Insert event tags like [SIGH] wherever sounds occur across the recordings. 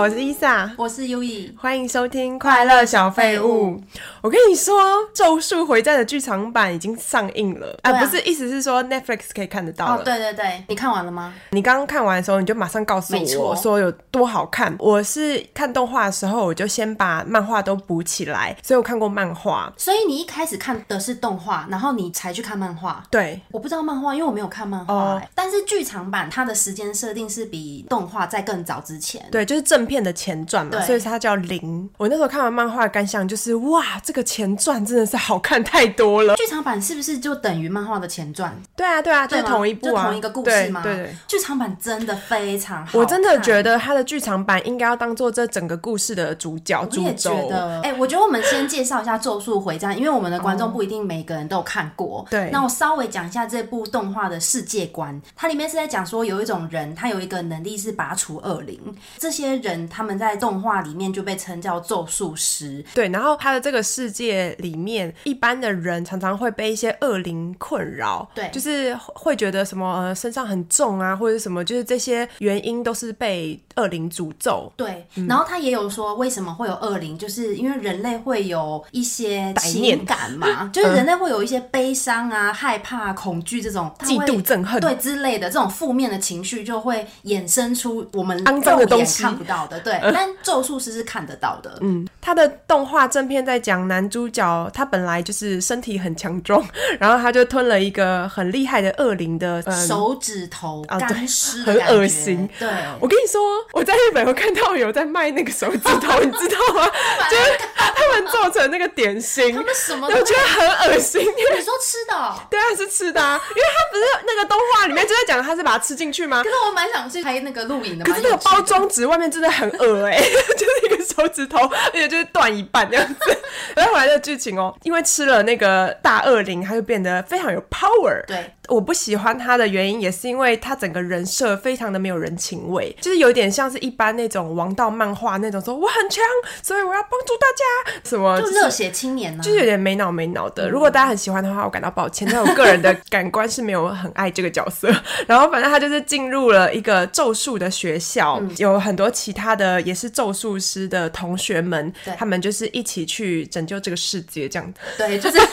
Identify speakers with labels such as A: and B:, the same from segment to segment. A: Lisa，
B: 我是优以，
A: 欢迎收听《快乐小废物》。我跟你说，《咒术回战》的剧场版已经上映了，啊、
B: 对啊
A: 不是，意思是说 Netflix 可以看得到了。
B: 哦，对对对，你看完了吗？
A: 你刚刚看完的时候，你就马上告诉
B: 没
A: 我
B: 错
A: 说有多好看。我是看动画的时候，我就先把漫画都补起来，所以我看过漫画。
B: 所以你一开始看的是动画，然后你才去看漫画。
A: 对，
B: 我不知道漫画，因为我没有看漫画、
A: 哦
B: 欸但是剧场版它的时间设定是比动画在更早之前。
A: 对，就是正片的前传嘛，
B: 对
A: 所以它叫零。我那时候看完漫画的感想就是，哇，这个前传真的是好看太多了。
B: 剧场版是不是就等于漫画的前传？
A: 对啊，对啊，就
B: 对
A: 是
B: 吗
A: 同一部啊，
B: 就同一个故事吗？
A: 对对对。
B: 剧场版真的非常好看，
A: 我真的觉得它的剧场版应该要当做这整个故事的主角
B: 我
A: 主
B: 也觉
A: 轴。
B: 得，哎、我觉得我们先介绍一下《咒术回战》，因为我们的观众不一定每个人都有看过。
A: 哦对
B: 那我稍微讲一下这部动画的世界观。它里面是在讲说，有一种人，他有一个能力是拔除恶灵，这些人他们在动画里面就被称叫咒术师。
A: 对，然后它的这个世界里面，一般的人常常会被一些恶灵困扰，
B: 对
A: 就是会觉得什么呃身上很重啊，或者是什么，就是这些原因都是被恶灵诅咒。
B: 对，然后他也有说为什么会有恶灵，就是因为人类会有一些
A: 歹念嗯
B: 情感嘛，就是人类会有一些悲伤啊、害怕、恐惧这种他会
A: 嫉妒、憎恨，
B: 对之类的这种负面的情绪，就会衍生出我们
A: 肮脏的东西呃
B: 肉眼看不到的。对，但咒术师是看得到的。
A: 嗯，他的动画正片在讲男主角，他本来就是身体很强壮， [LAUGHS] 然后他就吞了一个很厉害的恶灵的、嗯、
B: 手指头
A: 啊对
B: 干尸的感觉
A: 很恶心
B: 对，
A: 我跟你说，我在日本有看到有在卖那个手指头，你知道
B: [LAUGHS]
A: 吗？就是他们做成那个点心，
B: 他们什么都
A: 我觉得很恶心。
B: 你说吃的哦、
A: 对啊，是吃的啊，因为他不是那个动画里面就在讲他是把它吃进去吗
B: 可？是我蛮想去拍那个录影的，
A: 可是那个
B: 蛮有趣的
A: 包装纸外面真的很恶哎、 [LAUGHS] 就是一个手指头，而且就是断一半这样子。然后后来的剧情哦，因为吃了那个大恶灵，他就变得非常有 power。
B: 对，
A: 我不喜欢他的原因，也是因为他整个人设非常的没有人情味，就是有点像是一般那种王道漫画那种说我很强，所以我要帮助大家什么，
B: 就嗯热血青年呢、
A: 呃就是有点没脑没脑的。如果大家很喜欢的话，我感到抱歉，但我个人的感官是没有很爱这个角色。 [LAUGHS] 然后反正他就是进入了一个咒术的学校，
B: 嗯
A: 有很多其他的也是咒术师的同学们
B: 对，
A: 他们就是一起去拯救这个世界这样。[LAUGHS]
B: 对，就是应该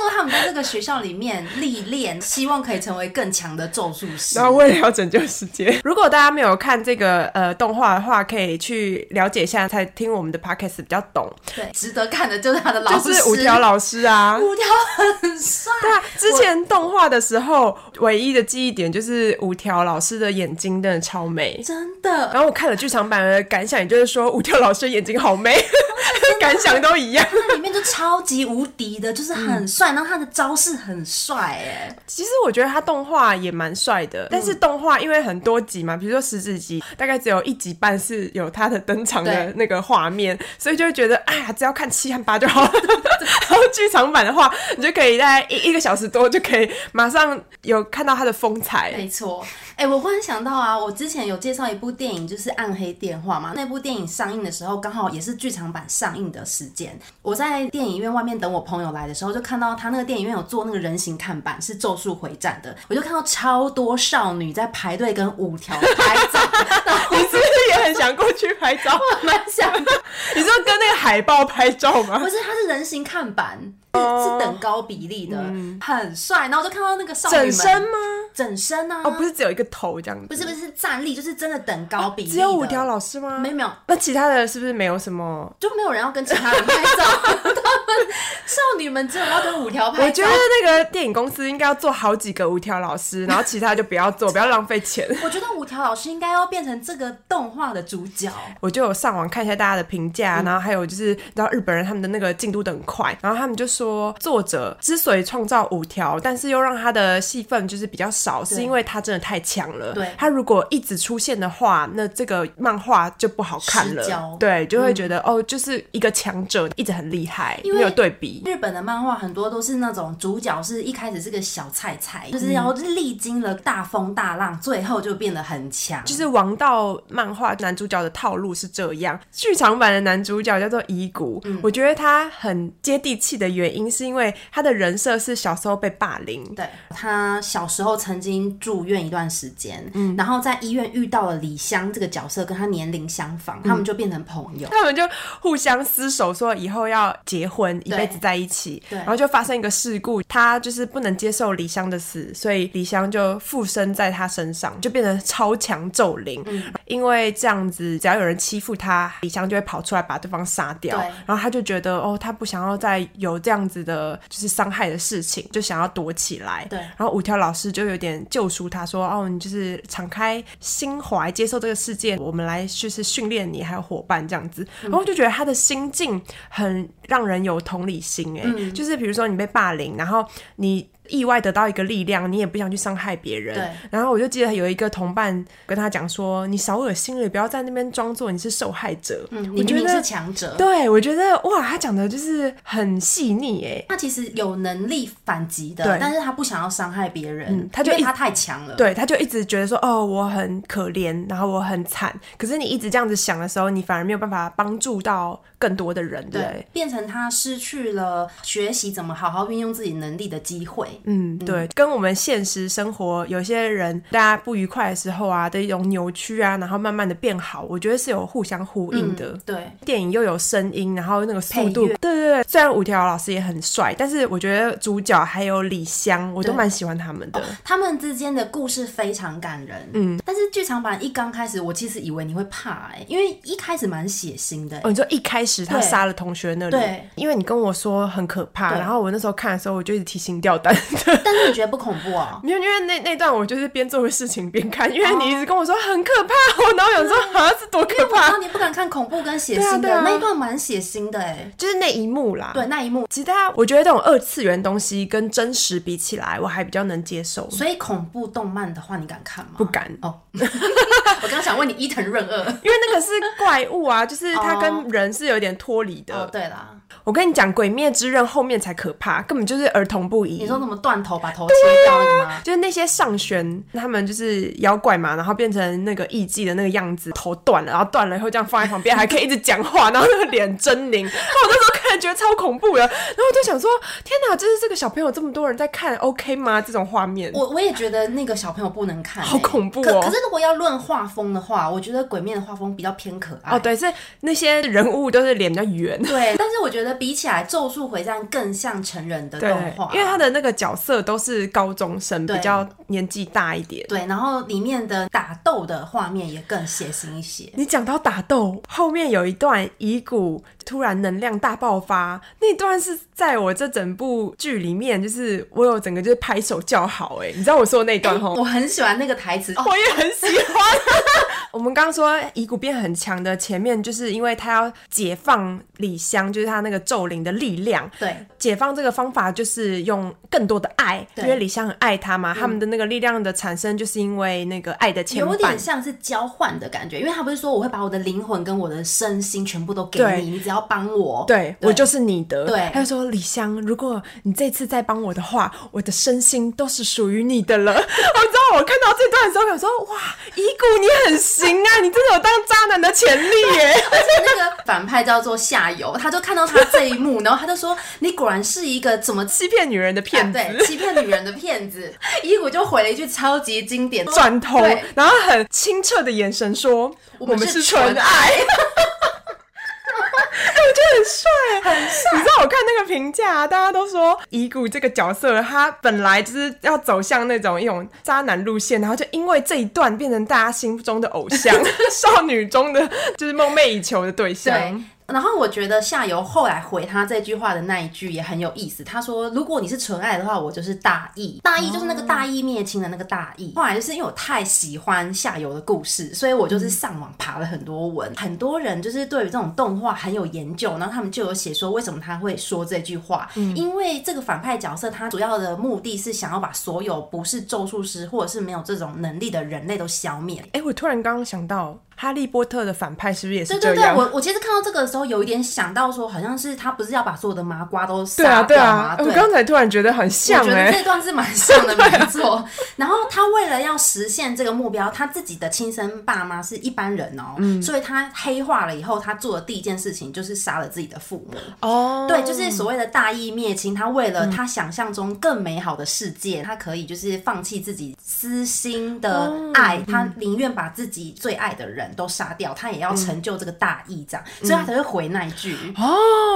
B: 说他们在这个学校里面历练，希望可以成为更强的咒术师
A: 然。后为了要拯救世界，如果大家没有看这个呃动画的话，可以去了解一下，才听我们的 podcast 比较懂。
B: 对，值得看的就是他的老
A: 就
B: 师，
A: 是五条老师啊，
B: 五条很帅。
A: 对啊，之前动画的时候，唯一的记忆点就是五条老师的眼睛真的超美。
B: 真的，
A: 然后我看了剧场版的感想，也就是说五条老师眼睛好美，
B: [LAUGHS]
A: 感想都一样。
B: 那里面就超级无敌的，就是很帅，然后他的招式很帅，哎，
A: 其实我觉得他动画也蛮帅的，但
B: 嗯
A: 是动画因为很多集嘛，比如说十几集，大概只有一集半是有他的登场的
B: 对
A: 那个画面，所以就会觉得哎呀，只要看七和八就
B: [LAUGHS]
A: 好了。然后剧场版的话，你就可以大概一一个小时多就可以马上有看到他的风采。
B: 没错。哎、我忽然想到啊，我之前有介绍一部电影，就是《暗黑电话》嘛。那部电影上映的时候，刚好也是剧场版上映的时间。我在电影院外面等我朋友来的时候，就看到他那个电影院有做那个人形看板，是《咒术回战》的，我就看到超多少女在排队跟五条 [LAUGHS] 拍照，然后
A: 你是不是也很想过去拍
B: [LAUGHS]
A: 照？
B: 我蛮想
A: 你说跟那个海报拍照吗
B: 不？是，它是人形看板，是是等高比例的，很帅。然后就看到那个少女们
A: 整身吗？
B: 嗯整身啊，
A: 哦，不是只有一个头这样子，
B: 不是不是站立，就是真的等高比例的、
A: 只有五条老师吗？
B: 没有没有，
A: 那其他的是不是没有什么？
B: 就没有人要跟其他人拍
A: [LAUGHS]
B: 照，他们少女们只有要跟五条
A: 我
B: 拍
A: 觉
B: 照
A: 得。那个电影公司应该要做好几个五条老师，然后其他就不要做，不要浪费钱。 [LAUGHS]
B: 我觉得五条老师应该要变成这个动画的主角，
A: 我就有上网看一下大家的评价，
B: 嗯
A: 然后还有就是，你知道日本人他们的那个进度都很快，然后他们就说作者之所以创造五条，但是又让他的戏份就是比较少，是因为他真的太强了。
B: 对
A: 他如果一直出现的话，那这个漫画就不好看
B: 失
A: 了
B: 焦。嗯
A: 对，就会觉得、哦，就是一个强者一直很厉害，
B: 因为
A: 没有对比。
B: 日本的漫画很多都是那种主角是一开始是个小菜菜，
A: 嗯
B: 就是要历经了大风大浪，最后就变得很强。
A: 就是王道漫画男主角的套路是这样，剧场版的男主角叫做叫遗骨，
B: 嗯
A: 我觉得他很接地气的原因，是因为他的人设是小时候被霸凌，
B: 对他小时候曾经住院一段时间，嗯，然后在医院遇到了李湘这个角色，跟他年龄相仿，
A: 嗯
B: 他们就变成朋友。
A: 他们就互相厮守，说以后要结婚，一辈子在一起。
B: 对
A: 然后就发生一个事故，他就是不能接受李湘的死，所以李湘就附身在他身上，就变成超强咒灵。
B: 嗯
A: 因为这样子，只要有人欺负他，李湘就会跑出来把对方杀掉
B: 对。
A: 然后他就觉得，哦，他不想要再有这样子的，就是伤害的事情，就想要躲起来。
B: 对
A: 然后五条老师就有点救赎他，说：“哦，你就是敞开心怀，接受这个世界，我们来就是训练你，还有伙伴这样子。”然后我就觉得他的心境很让人有同理心、哎、
B: 嗯
A: 就是比如说你被霸凌，然后你。意外得到一个力量，你也不想去伤害别人。
B: 对
A: 然后我就记得有一个同伴跟他讲说：“你少恶心了，不要在那边装作你是受害者。”嗯
B: 你
A: 我
B: 明
A: 觉
B: 明是
A: 得，
B: 强者，
A: 对我觉得哇，他讲的就是很细腻哎。
B: 他其实有能力反击的
A: 对，嗯
B: 但是他不想要伤害别人，
A: 他就
B: 因为
A: 一
B: 他太强了。
A: 对，他就一直觉得说，哦，我很可怜，然后我很惨。可是你一直这样子想的时候，你反而没有办法帮助到更多的人，对不对。
B: 变成他失去了学习怎么好好运用自己能力的机会。
A: 嗯，对，跟我们现实生活有些人大家不愉快的时候啊的一种扭曲啊，然后慢慢的变好，我觉得是有互相呼应的。
B: 对，
A: 电影又有声音，然后那个速度，
B: 嗯配
A: 对
B: 乐
A: 对对。虽然五条老师也很帅，但是我觉得主角还有李湘，我都
B: 对
A: 蛮喜欢他们的。
B: 他们之间的故事非常感人。嗯，但是剧场版一刚开始，我其实以为你会怕哎、因为一开始蛮血腥的、欸
A: 哦，你说一开始他
B: 对
A: 杀了同学那里，
B: 对，
A: 因为你跟我说很可怕，
B: 对
A: 然后我那时候看的时候我就一直提心吊
B: [LAUGHS]
A: 胆，
B: 但是你觉得不恐怖哦？
A: [LAUGHS] 因为因为那那段我就是边做事情边看，因为你一直跟我说很可怕，我然后想说啊是多可
B: 我知
A: 怕 [LAUGHS]
B: 道，你不敢看恐怖跟血腥的，
A: 对啊对啊
B: 那一段蛮血腥的哎、
A: 就是那一幕啦。
B: 对，，那一幕，
A: 其实他我觉得这种二次元东西跟真实比起来，我还比较能接受。
B: 所以恐怖动漫的话，你敢看吗？
A: 不敢
B: 哦。 [LAUGHS] 我刚想问你伊藤润二。
A: 因为那个是怪物
B: [LAUGHS]
A: 啊，就是它
B: 哦
A: 跟人是有点脱离的。
B: 哦，对啦，
A: 我跟你讲，《鬼灭之刃》后面才可怕，根本就是儿童不宜。
B: 你说什么断头把头
A: 啊
B: 切掉那个吗？
A: 就是那些上旋，他们就是妖怪嘛，然后变成那个艺妓的那个样子，头断了，然后断了以后这样放在旁边，还可以一直讲话，然后那个脸狰狞，然 [LAUGHS] 后我那时候看了觉得超恐怖的，然后我就想说，天哪，就是这个小朋友这么多人在看，OK 吗？这种画面，
B: 我我也觉得那个小朋友不能看欸、
A: 好恐怖哦
B: 可可是如果要论画风的话，我觉得《鬼面》的画风比较偏可爱。
A: 哦，对，是那些人物都哦是脸比较圆。
B: 对，但是我觉得比起来，《咒术回战》更像成人的
A: 对
B: 动画，，
A: 因为他的那个角色都是高中生，
B: 对
A: 比较年纪大一点。
B: 对，然后里面的打斗的画面也更血腥一些。
A: 你讲到打斗，后面有一段遗骨突然能量大爆发，那段是在我这整部剧里面，就是我有整个就是拍手叫好、哎，你知道我说的那一段吼、
B: 我很喜欢那个台词，哦，
A: 我也很喜欢。我们刚刚说遗骨变很强的前面，就是因为他要解放李湘，就是他那个咒灵的力量。
B: 对，
A: 解放这个方法就是用更多的爱，
B: 对
A: 因为李湘很爱他嘛，他们的那个力量的产生就是因为那个爱的牵
B: 有
A: 绊
B: 点。像是交换的感觉，因为他不是说我会把我的灵魂跟我的身心全部都给
A: 对
B: 你，你只要帮我。
A: 对我就是你的。
B: 对
A: 他就说李湘，如果你这次再帮我的话，我的身心都是属于你的了。我 [LAUGHS] 知道我看到这段的时候，想说哇，遗骨你很行啊，你真的有当渣男的潜力
B: [LAUGHS]
A: 耶。
B: 而且 [LAUGHS] 那个反派叫做夏油，他就看到他这一幕，然后他就说：“你果然是一个怎么
A: 欺骗女人的骗子。
B: 啊对欺骗女人的骗子。”伊谷就回了一句超级经典，
A: 转头
B: 对，
A: 然后很清澈的眼神说：“
B: 我
A: 们
B: 们
A: 是
B: 是
A: 纯爱。 [LAUGHS]
B: 纯
A: 哎”我觉得很帅，很帅。你知道我看那个评价、啊，大家都说乙骨这个角色，他本来就是要走向那种一种渣男路线，然后就因为这一段变成大家心中的偶
B: [LAUGHS]
A: 像，少女中的就是梦寐以求的对
B: 对
A: 象。。
B: 然后我觉得夏油后来回他这句话的那一句也很有意思，他说：“如果你是纯爱的话，我就是大义，大义就是那个大义灭亲的那个大义。”后来就是因为我太喜欢夏油的故事，所以我就是上网爬了很多文，很多人就是对于这种动画很有研究，然后他们就有写说为什么他会说这句话，因为这个反派角色他主要的目的是想要把所有不是咒术师或者是没有这种能力的人类都消灭。
A: 哎、我突然刚刚想到，哈利波特的反派是不是也是
B: 对
A: 这
B: 对
A: 样？
B: 对，我我其实看到这个的时候，有一点想到说，好像是他不是要把所有的麻瓜都
A: 对
B: 杀
A: 啊，对
B: 掉吗？
A: 啊，我刚才突然觉得很像
B: 我觉
A: 哎、
B: 得这段是蛮像
A: [LAUGHS]
B: 的，
A: 啊
B: 没错。然后他为了要实现这个目标，他自己的亲生爸妈是一般人哦，
A: 嗯
B: 所以他黑化了以后，他做的第一件事情就是杀了自己的父母。
A: 哦，嗯
B: 对，就是所谓的大义灭亲。他为了他想象中更美好的世界，他可以就是放弃自己私心的
A: 哦
B: 爱，他
A: 嗯
B: 宁愿把自己最爱的人都杀掉，他也要成就这个大义，这样，所以他才会回那一句。
A: 嗯哦，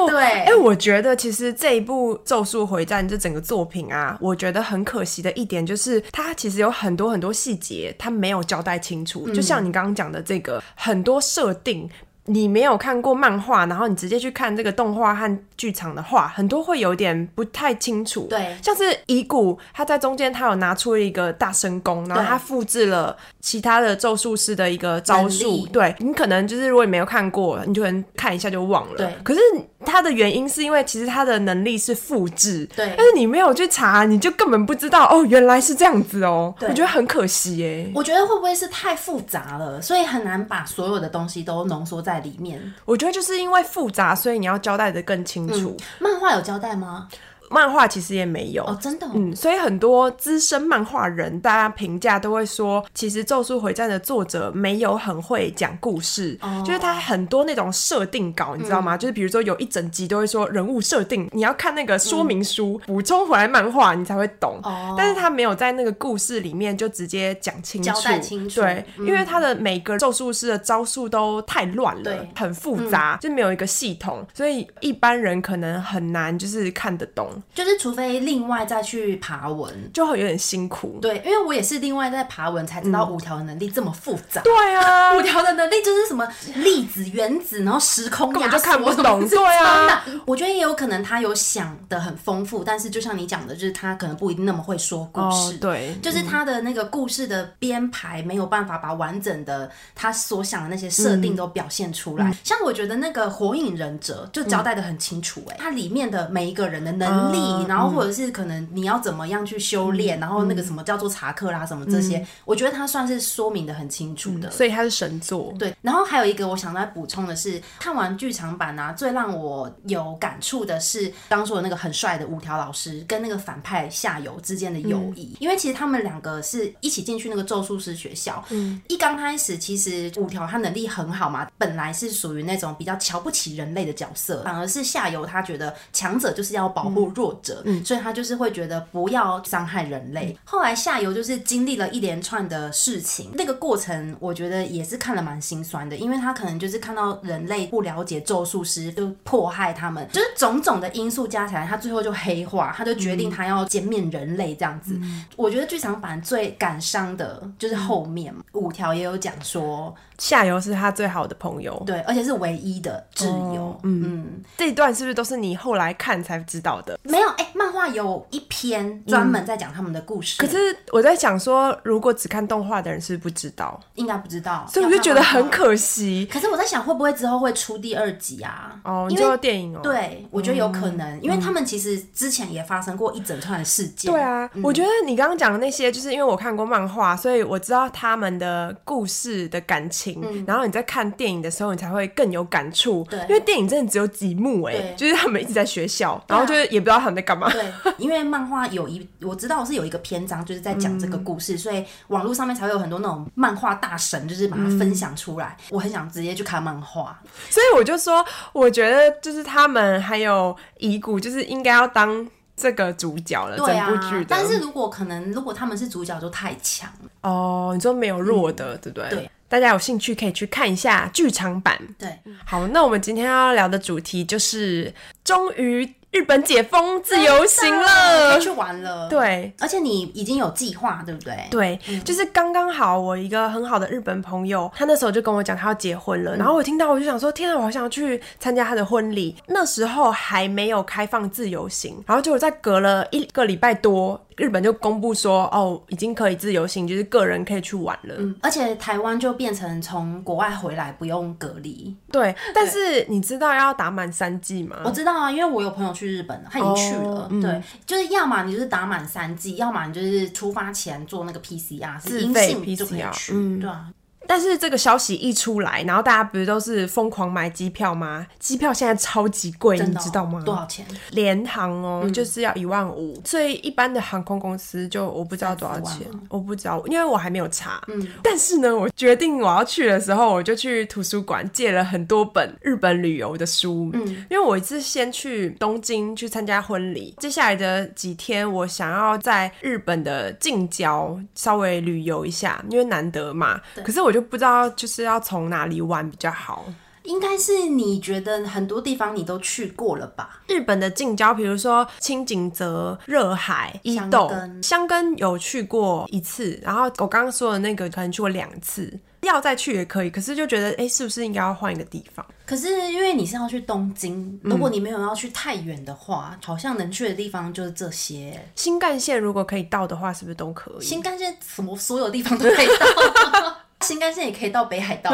B: 对，
A: 哎、我觉得其实这一部《咒术回战》这整个作品啊，我觉得很可惜的一点就是，它其实有很多很多细节，它没有交代清
B: 嗯
A: 楚。就像你刚刚讲的这个，很多设定。你没有看过漫画，然后你直接去看这个动画和剧场的话，很多会有点不太清楚。
B: 对
A: 像是乙骨，他在中间他有拿出一个大神功，然后
B: 对
A: 他复制了其他的咒术师的一个招
B: 能
A: 数
B: 力。
A: 对你可能就是如果你没有看过，你就可能看一下就忘了。
B: 对
A: 可是他的原因是因为其实他的能力是复制，
B: 对
A: 但是你没有去查，你就根本不知道哦，原来是这样子哦，
B: 对
A: 我觉得很可惜耶。
B: 我觉得会不会是太复杂了，所以很难把所有的东西都浓缩在里面。
A: 我觉得就是因为复杂，所以你要交代的更清楚。
B: 漫画有交代吗？
A: 漫画其实也没有。
B: 嗯哦，真的哦、
A: 嗯，所以很多资深漫画人，大家评价都会说，其实《咒术回战》的作者没有很会讲故事，
B: 哦
A: 就是他很多那种设定稿，你知道
B: 嗯
A: 吗？就是比如说有一整集都会说人物设定，你要看那个说明书，补、充回来漫画你才会懂。
B: 嗯哦
A: 但是他没有在那个故事里面就直接讲清楚，
B: 交代清楚嗯
A: 对，因为他的每个咒术师的招数都太乱了
B: 对，嗯
A: 很复杂，就没有一个系统，所以一般人可能很难就是看得懂，
B: 就是除非另外再去爬文。
A: 就会有点辛苦。
B: 对，因为我也是另外在爬文才知
A: 嗯
B: 道五条的能力这么复杂。
A: 对啊，
B: [LAUGHS] 五条的能力就是什么粒子、原子，然后时空
A: 根
B: 压
A: 本
B: 缩，
A: 就看不
B: [LAUGHS]
A: 懂，对
B: 真
A: 啊。
B: 的，我觉得也有可能他有想的很丰富，但是就像你讲的，就是他可能不一定那么会说故
A: 哦
B: 事。，
A: 对，
B: 就是他的那个故事的编排没有办法把完整的他所想的那些
A: 嗯
B: 设定都表现出来。像我觉得那个《火影忍者》就交代的很清楚、欸，哎、它里面的每一个人的能力，
A: 嗯
B: 然后或者是可能你要怎么样去修炼，然后那个什么叫做查克拉什么这些，
A: 嗯
B: 我觉得他算是说明的很清楚的。
A: 所以他是神作。
B: 对，然后还有一个我想再补充的是，看完剧场版啊，最让我有感触的是刚说的那个很帅的五条老师跟那个反派夏油之间的友谊，因为其实他们两个是一起进去那个咒术师学校。嗯，一刚开始其实五条他能力很好嘛，本来是属于那种比较瞧不起人类的角色，反而是夏油他觉得强者就是要保护弱者，所以他就是会觉得不要伤害人类。后来夏油就是经历了一连串的事情，那个过程我觉得也是看了蛮心酸的，因为他可能就是看到人类不了解咒术师，就迫害他们，就是种种的因素加起来，他最后就黑化，他就决定他要歼灭人类这样子。我觉得剧场版最感伤的就是后面五条也有讲说，
A: 下游是他最好的朋友，
B: 对，而且是唯一的挚友，
A: 哦
B: 嗯
A: 这一段是不是都是你后来看才知道的？
B: 没有，哎、漫画有一篇专门在讲他们的故事，
A: 嗯可是我在想说，如果只看动画的人是不是不知道，
B: 应该不知道，
A: 所以我就觉得很
B: 可。
A: 可惜。
B: 可是我在想，会不会之后会出第二集啊？
A: 哦，你嗯
B: 因
A: 做
B: 为
A: 电影哦？
B: 对，我觉得有可能，因为他们其实之前也发生过一整串的事件。
A: 对，啊，我觉得你刚刚讲的那些，就是因为我看过漫画，所以我知道他们的故事的感情。然后你在看电影的时候，你才会更有感触。
B: 嗯对
A: 因为电影真的只有几幕哎、
B: 对啊
A: 就是他们一直在学校，然后就是也不知道他们在干嘛。
B: 对，因为漫画有一，我知道是有一个篇章就是在讲这个故
A: 嗯
B: 事，所以网络上面才会有很多那种漫画大神，就是把它分享出
A: 嗯
B: 来。我很想直接去看漫画，
A: 所以我就说，我觉得就是他们还有乙骨，就是应该要当这个主角了，
B: 对
A: 整部
B: 啊
A: 剧的。。
B: 但是如果可能，如果他们是主角就太强了。
A: 哦，你说没有弱的，对不对？
B: 嗯对。
A: 大家有兴趣可以去看一下剧场版。
B: 对，
A: 好，那我们今天要聊的主题就是，终于日本解封自由行
B: 可
A: 了
B: 以。去玩了。，
A: 对
B: 而且你已经有计划，对不对？
A: 对，就是刚刚好，我一个很好的日本朋友，他那时候就跟我讲他要结婚了，然后我听到我就想说，天啊，我好想去参加他的婚礼。那时候还没有开放自由行，然后结果在隔了一个礼拜多，日本就公布说，哦，已经可以自由行，就是个人可以去玩了。
B: 嗯，而且台湾就变成从国外回来不用隔离，
A: 对，但是你知道要打满三剂吗？
B: 我知道啊，因为我有朋友去日本了，他已经去了。
A: 哦嗯
B: 对，就是要么你就是打满三剂，要么你就是出发前做那个 PCR 是阴
A: 自费
B: 性就可以
A: PCR
B: 去。对啊，
A: 但是这个消息一出来，然后大家不是都是疯狂买机票吗？机票现在超级贵，
B: 真
A: 你
B: 的哦
A: 知道吗？
B: 多少钱？
A: 联航哦，
B: 嗯
A: 就是要一万五，最一般的航空公司就我不知道多少
B: 30
A: 钱
B: 万吗，嗯
A: 我不知道，因为我还没有查。但是呢，我决定我要去的时候，我就去图书馆借了很多本日本旅游的书。嗯，因为我是先去东京去参加婚礼，接下来的几天我想要在日本的近郊稍微旅游一下，因为难得嘛。可是我就不知道就是要从哪里玩比较好。
B: 应该是你觉得很多地方你都去过了吧？
A: 日本的近郊，比如说青井泽、热海、伊豆、
B: 根
A: 香根有去过一次，然后我刚刚说的那个可能去过两次，要再去也可以，可是就觉得哎、诶是不是应该要换一个地方？
B: 可是因为你是要去东京，如果你没有要去太远的话，好像能去的地方就是这些。
A: 新干线如果可以到的话，是不是都可以？
B: 新干线什么所有地方都可以到，
A: [LAUGHS]
B: 新干线也可以到北海道。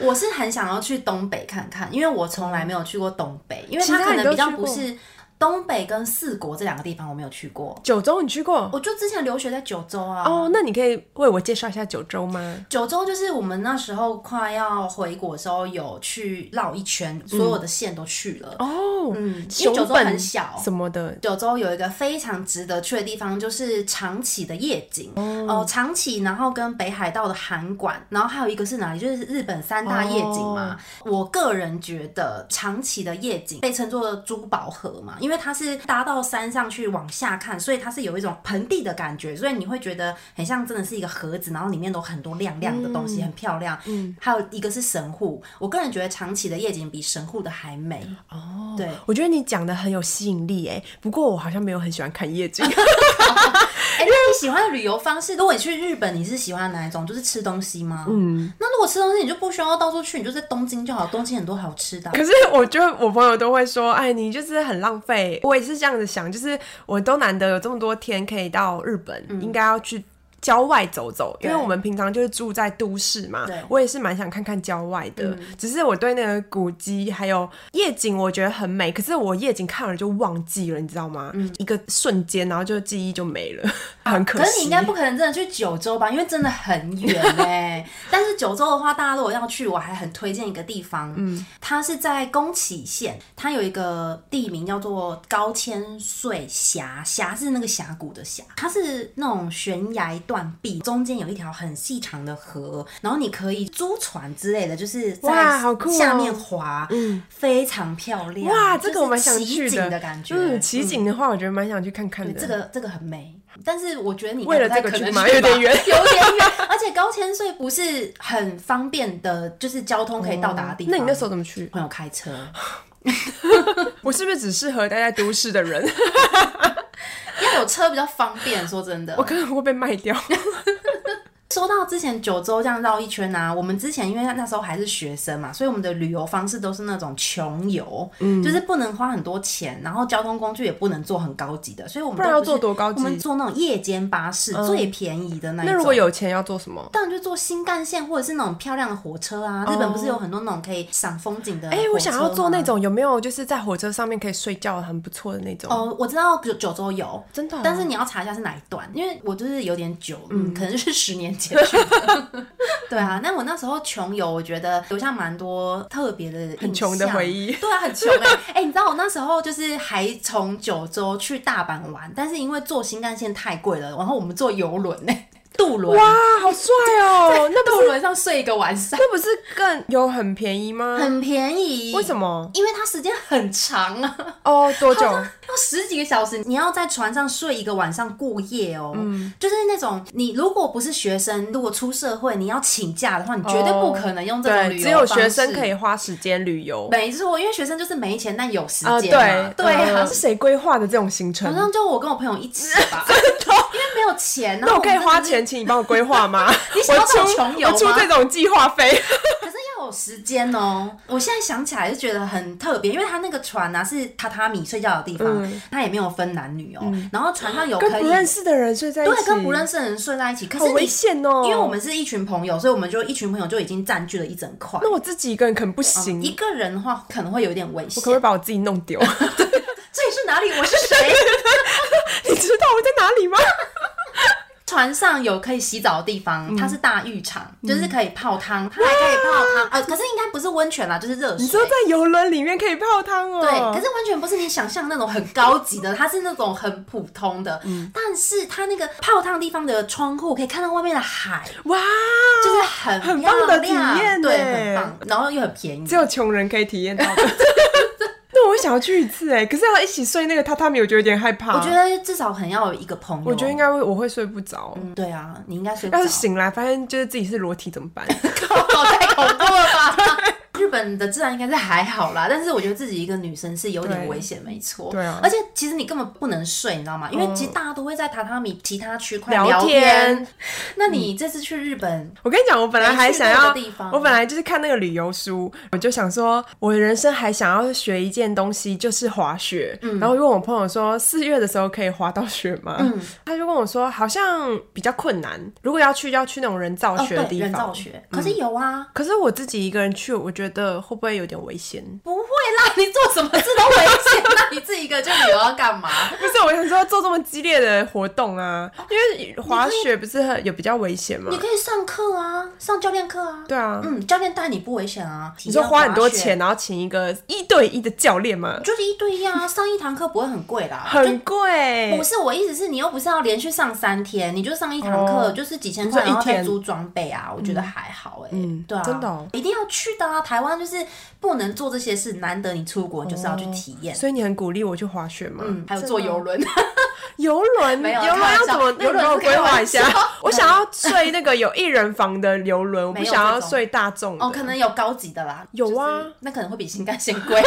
B: 我是很想要去东北看看，因为我从来没有去过东北，因为它
A: 其他
B: 可
A: 你
B: 能
A: 都
B: 比较
A: 去
B: 不
A: 过
B: 是东北跟四国这两个地方我没有去过。
A: 九州你去过？
B: 我就之前留学在九州啊，
A: 哦，那你可以为我介绍一下九州吗？
B: 九州就是我们那时候快要回国的时候有去绕一圈，所有的县都去了。
A: 哦，
B: 嗯，因
A: 熊
B: 为九州
A: 本
B: 很小，
A: 什么的，
B: 九州有一个非常值得去的地方，就是长崎的夜景哦，长崎，然后跟北海道的函馆，然后还有一个是哪里？就是日本三大夜景嘛。我个人觉得长崎的夜景被称作珠宝河嘛，因为它是搭到山上去往下看，所以它是有一种盆地的感觉，所以你会觉得很像真的是一个盒子，然后里面都很多亮亮的东西，很漂亮。嗯，还有一个是神户，我个人觉得长崎的夜景比神户的还美。哦，对。
A: 我觉得你讲的很有吸引力哎，不过我好像没有很喜欢看夜景。
B: 哎、那你喜欢的旅游方式，如果你去日本，你是喜欢哪一种？就是吃东西吗？嗯，那如果吃东西，你就不需要到处去，你就在东京就好，东京很多好吃的啊。
A: 可是我觉得我朋友都会说，哎，你就是很浪费。我也是这样子想，就是我都难得有这么多天可以到日本，
B: 嗯
A: 应该要去。郊外走走，因为我们平常就是住在都市嘛
B: 对，嗯
A: 我也是蛮想看看郊外的。只是我对那个古迹还有夜景，我觉得很美，可是我夜景看了就忘记了，你知道吗？一个瞬间，然后就记忆就没了， [LAUGHS] 很可惜。
B: 嗯啊可是你应该不可能真的去九州吧，因为真的很
A: [LAUGHS]
B: 远哎、但是九州的话，大家如果要去，我还很推荐一个地方，嗯，它是在宫崎县，它有一个地名叫做高千穗峡，峡是那个峡谷的峡，它是那种悬崖断壁，中间有一条很细长的河，然后你可以租船之类的，就是
A: 哇
B: 在
A: 好酷哦
B: 下面滑，嗯，非常漂亮，
A: 哇，
B: 就
A: 这
B: 是
A: 个我蛮想去
B: 奇景的感觉，
A: 嗯，奇景的话，我觉得蛮想去看看的。
B: 这个这个很美，但是我觉得你
A: 为了
B: 应该
A: 这个
B: 不太
A: 去
B: 可能
A: 吗有点远
B: 有点远。而且高千穗不是很方便的，就是交通可以到达的地方。
A: 那你那时候怎么去？
B: 朋友开车，
A: 我是不是只适合待在都市的 [LAUGHS] 人？
B: 要有车比较方便。说真的，
A: 我可能会被卖掉。
B: 说到之前九州这样绕一圈啊，我们之前因为那时候还是学生嘛，所以我们的旅游方式都是那种穷游，
A: 嗯
B: 就是不能花很多钱，然后交通工具也不能坐很高级的，所以我们
A: 不然
B: 都
A: 要坐
B: 是
A: 多高级嗯
B: 我们坐那种夜间巴士、最便宜的那一种。
A: [LAUGHS] 那如果有钱要做什么？
B: 当然就坐新干线或者是那种漂亮的火车啊。日本不是有很多那种可以赏风景的？哎
A: 哎、我想要坐那。种有没有就是在火车上面可以睡觉很不错的那种。
B: 哦，我知道九九州有，
A: 真的哦
B: 但是你要查一下是哪一段，因为我就是有点久，嗯，可能是十年前去的。 [LAUGHS] 对啊，那我那时候穷游，我觉得留下蛮多特别的很
A: 穷的回忆
B: 对啊，很穷哎、 [LAUGHS] 哎、你知道我那时候就是还从九州去大阪玩，但是因为坐新干线太贵了，然后我们坐游轮呢、渡轮，
A: 哇，好帅 [LAUGHS] 哦！那
B: 渡
A: 不是
B: 轮上睡一个晚上，
A: 那不是更有很便宜吗？
B: 很便宜。
A: 为什么？
B: 因为它时间很长啊， [LAUGHS]
A: 哦，多久？
B: 要十几个小时，你要在船上睡一个晚上过夜哦。
A: 嗯
B: 就是那种你如果不是学生，如果出社会你要请假的话，你绝对不可能用这
A: 对，
B: 种旅游
A: 只有
B: 方式
A: 学生可以。花时间旅游。
B: 没错，因为学生就是没钱但有时
A: 啊、
B: 间嘛。
A: 对
B: 对啊
A: 呃，是谁规划的这种行
B: 好
A: 程？
B: 像就我跟我朋友一起
A: [LAUGHS]
B: 吧，因为没有钱，然
A: 那
B: 后
A: 我可以
B: 们真的
A: 花
B: 是。
A: 钱请你帮我规划 [LAUGHS] 吗？
B: 你想
A: 我
B: 要这种
A: 出
B: 穷游
A: 我出
B: 吗
A: 这种计划费。
B: 可是要有时间哦。我现在想起来就觉得很特别，因为他那个船啊是榻榻米睡觉的地方，它也没有分男女哦。然后船上有
A: 跟
B: 可以
A: 嗯不认识的人睡在一起，
B: 对，跟不认识的人睡在一起，可
A: 好
B: 是你
A: 危险哦。
B: 因为我们是一群朋友，所以我们就一群朋友就已经占据了一整块。
A: 那我自己一个人可能不行，
B: 啊一个人的话可能会有点危
A: 我
B: 险
A: 可不。可以把我自己弄丢？ [LAUGHS] 你 [LAUGHS]
B: 这里是哪里？我是谁？
A: 知道我在哪里吗？
B: 船上有可以洗澡的地
A: 嗯
B: 方，它是大浴场，就是可以泡汤，它还可以泡汤，呃，可是应该不是温泉啦，就是热
A: 啊
B: 水。
A: 你说在游轮里面可以泡汤哦？
B: 对，可是完全不是你想象那种很高级的，它是那种很普通的。
A: 嗯
B: 但是它那个泡汤地方的窗户可以看到外面的海，
A: 哇，
B: 就是很
A: 很
B: 漂
A: 棒的体
B: 亮
A: 验
B: 对，
A: 耶
B: 很棒，然后又很便宜
A: 只。有穷人可以体验到的。 [LAUGHS] 那我会想要去一次哎，可是要一起睡那个榻榻米，我就有点害怕。
B: 我觉，得至少很要有一个朋友。
A: 啊我觉得应
B: 该，
A: 该会，我会睡不着。
B: 对啊，你应该睡不
A: 要
B: 着
A: 是，
B: [LAUGHS]
A: 醒来发现就是自己是裸体怎么办？
B: 太恐怖了吧？ [LAUGHS] 日本的治安应该是还好啦，但是我觉得自己一个女生是有点
A: 对
B: 危险，没错。
A: 对啊嗯
B: 而且其实你根本不能睡，你知道吗？因为其实大家都会在榻榻米其他区块
A: 聊
B: 聊
A: 天。嗯
B: 那你这次去日本，
A: 我跟你讲，我本来还想要
B: 没去过的地方，
A: 我本来就是看那个旅游书，我就想说，我人生还想要学一件东西，就是滑雪。
B: 嗯
A: 然后问我朋友说，四月的时候可以滑到雪吗？
B: 嗯
A: 他就跟我说，好像比较困难，如果要去，要去那种人造
B: 哦，
A: 雪的
B: 对，
A: 地
B: 人
A: 方。嗯
B: 造雪，可是有啊，
A: 可是我自己一个人去，我觉得会不会有点危
B: [LAUGHS]
A: 险？
B: 不会啦，你做什么事都危险， [LAUGHS] 那你自己一个就旅游要
A: [LAUGHS]
B: 干嘛？
A: 不是，我想说做这么激烈的活动啊，因为滑雪不是很有比较危险吗
B: 哦你？可以上课啊，上教练课啊。
A: 对啊，
B: 嗯，教练带你不危险啊。
A: 你说花很多
B: 体验
A: 钱，然后请一个一对一的教练嘛
B: 滑雪，，就是一对一啊，上一堂课不会很贵啦。
A: 很
B: 就
A: 贵
B: 不。是我意思是你又不是要连续上三天，你就上一堂课
A: 哦
B: 就是几千块，
A: 你说
B: 然
A: 一
B: 后再
A: 天
B: 租装备啊，我觉得还好哎、
A: 嗯
B: 对啊，
A: 真的哦
B: 一定要去的啊！台湾就是不能做这些事，难得你出国你就是要去体验。
A: 所以你很鼓励我去滑雪吗？
B: 嗯，还有坐
A: 哦
B: 游轮，
A: 游轮，
B: 没有
A: 游轮要怎么？
B: 开玩笑
A: 游轮我
B: 那个
A: 规
B: 是开玩笑
A: 划一下， [LAUGHS] 我想要睡那个有一人房的游轮，我
B: 没
A: 不
B: 有
A: 想要
B: 这种
A: 睡大众 [LAUGHS] 的。
B: 哦，可能有高级的啦，
A: 有啊
B: 就是那可能会比新干线贵。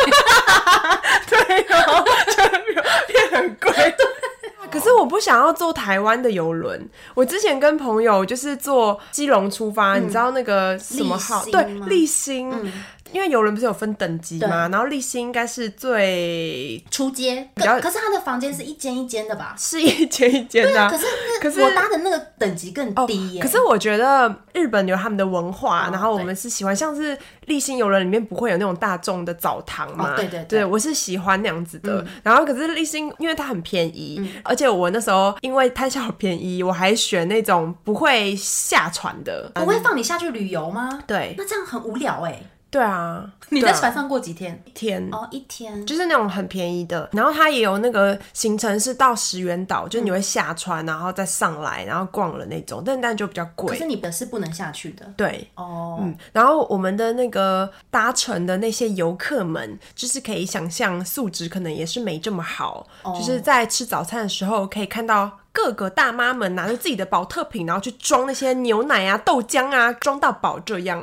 A: 对哦，就变很贵。 [LAUGHS]
B: [LAUGHS]
A: 可是我不想要坐台湾的游轮。我之前跟朋友就是坐基隆出发，你知道那个什么号？
B: 嗯立
A: 对
B: 新吗，嗯
A: 立新。因为游轮不是有分等级吗？然后立新应该是最
B: 出街，
A: 比较
B: 可可是他的房间是一间一间的吧？
A: 是一间一间 [LAUGHS] 的啊、
B: 可是那
A: 可是
B: 我搭的那个等级更
A: 哦
B: 低耶。
A: 可是我觉得日本有他们的文化，
B: 哦
A: 然后我们是喜欢，像是立新游轮里面不会有那种大众的澡堂嘛？
B: 哦对对嗯
A: 对
B: 对
A: 我是喜欢那样子的。然后可是立新，因为它很便宜，
B: 嗯
A: 而且我那时候因为贪小便宜，我还选那种不会下船的。
B: 不会放你下去旅游吗？
A: 对
B: 那这样很无聊哎。
A: 对啊，
B: [LAUGHS] 你
A: 对
B: 在
A: 啊
B: 船上过几天？
A: 天。
B: 哦，一天。
A: 就是那种很便宜的，然后它也有那个行程是到石原岛，就是你会下船，然后再上来，然后逛了那种，但但就比较
B: 可
A: 贵。
B: 是你的是不能下去的。
A: 对，
B: 哦，
A: 嗯，然后我们的那个搭乘的那些游客们，就是可以想象素质可能也是没这么好，就是在吃早餐的时候可以看到。各个大妈们拿着自己的保特瓶，然后去装那些牛奶啊、豆浆啊，装到饱这样。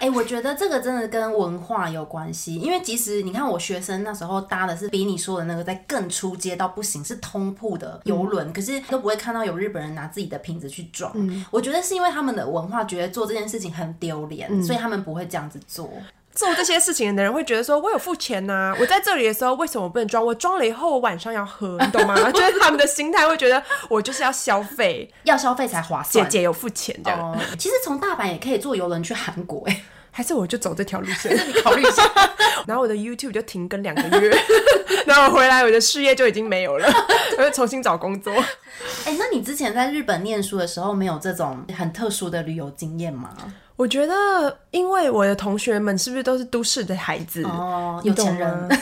B: 哎、我觉得这个真的跟文化有关系，因为即使你看我学生那时候搭的是比你说的那个在更出街到不行，是通铺的游轮，可是都不会看到有日本人拿自己的瓶子去装。我觉得是因为他们的文化觉得做这件事情很丢脸，所以他们不会这样子做。
A: [LAUGHS] 做这些事情的人会觉得说：“我有付钱呐、我在这里的时候为什么不能装？我装了以后，我晚上要喝，你懂吗？”就是他们的心态会觉得我就是要消费，
B: 要消费才划
A: 姐
B: 算。
A: 姐有付钱这样。
B: 哦，其实从大阪也可以坐游轮去韩国、哎，
A: 还是我就走这条路线？
B: 你 [LAUGHS] 考虑一下。
A: 然后我的 YouTube 就停更两个月， [LAUGHS] 然后我回来我的事业就已经没有了， [LAUGHS] 我就重新找工作。
B: 哎、那你之前在日本念书的时候，没有这种很特殊的旅游经验吗？
A: 我觉得，因为我的同学们是不是都是都市的孩子？
B: 哦，
A: 你
B: 有
A: 懂
B: 钱
A: 吗
B: 人。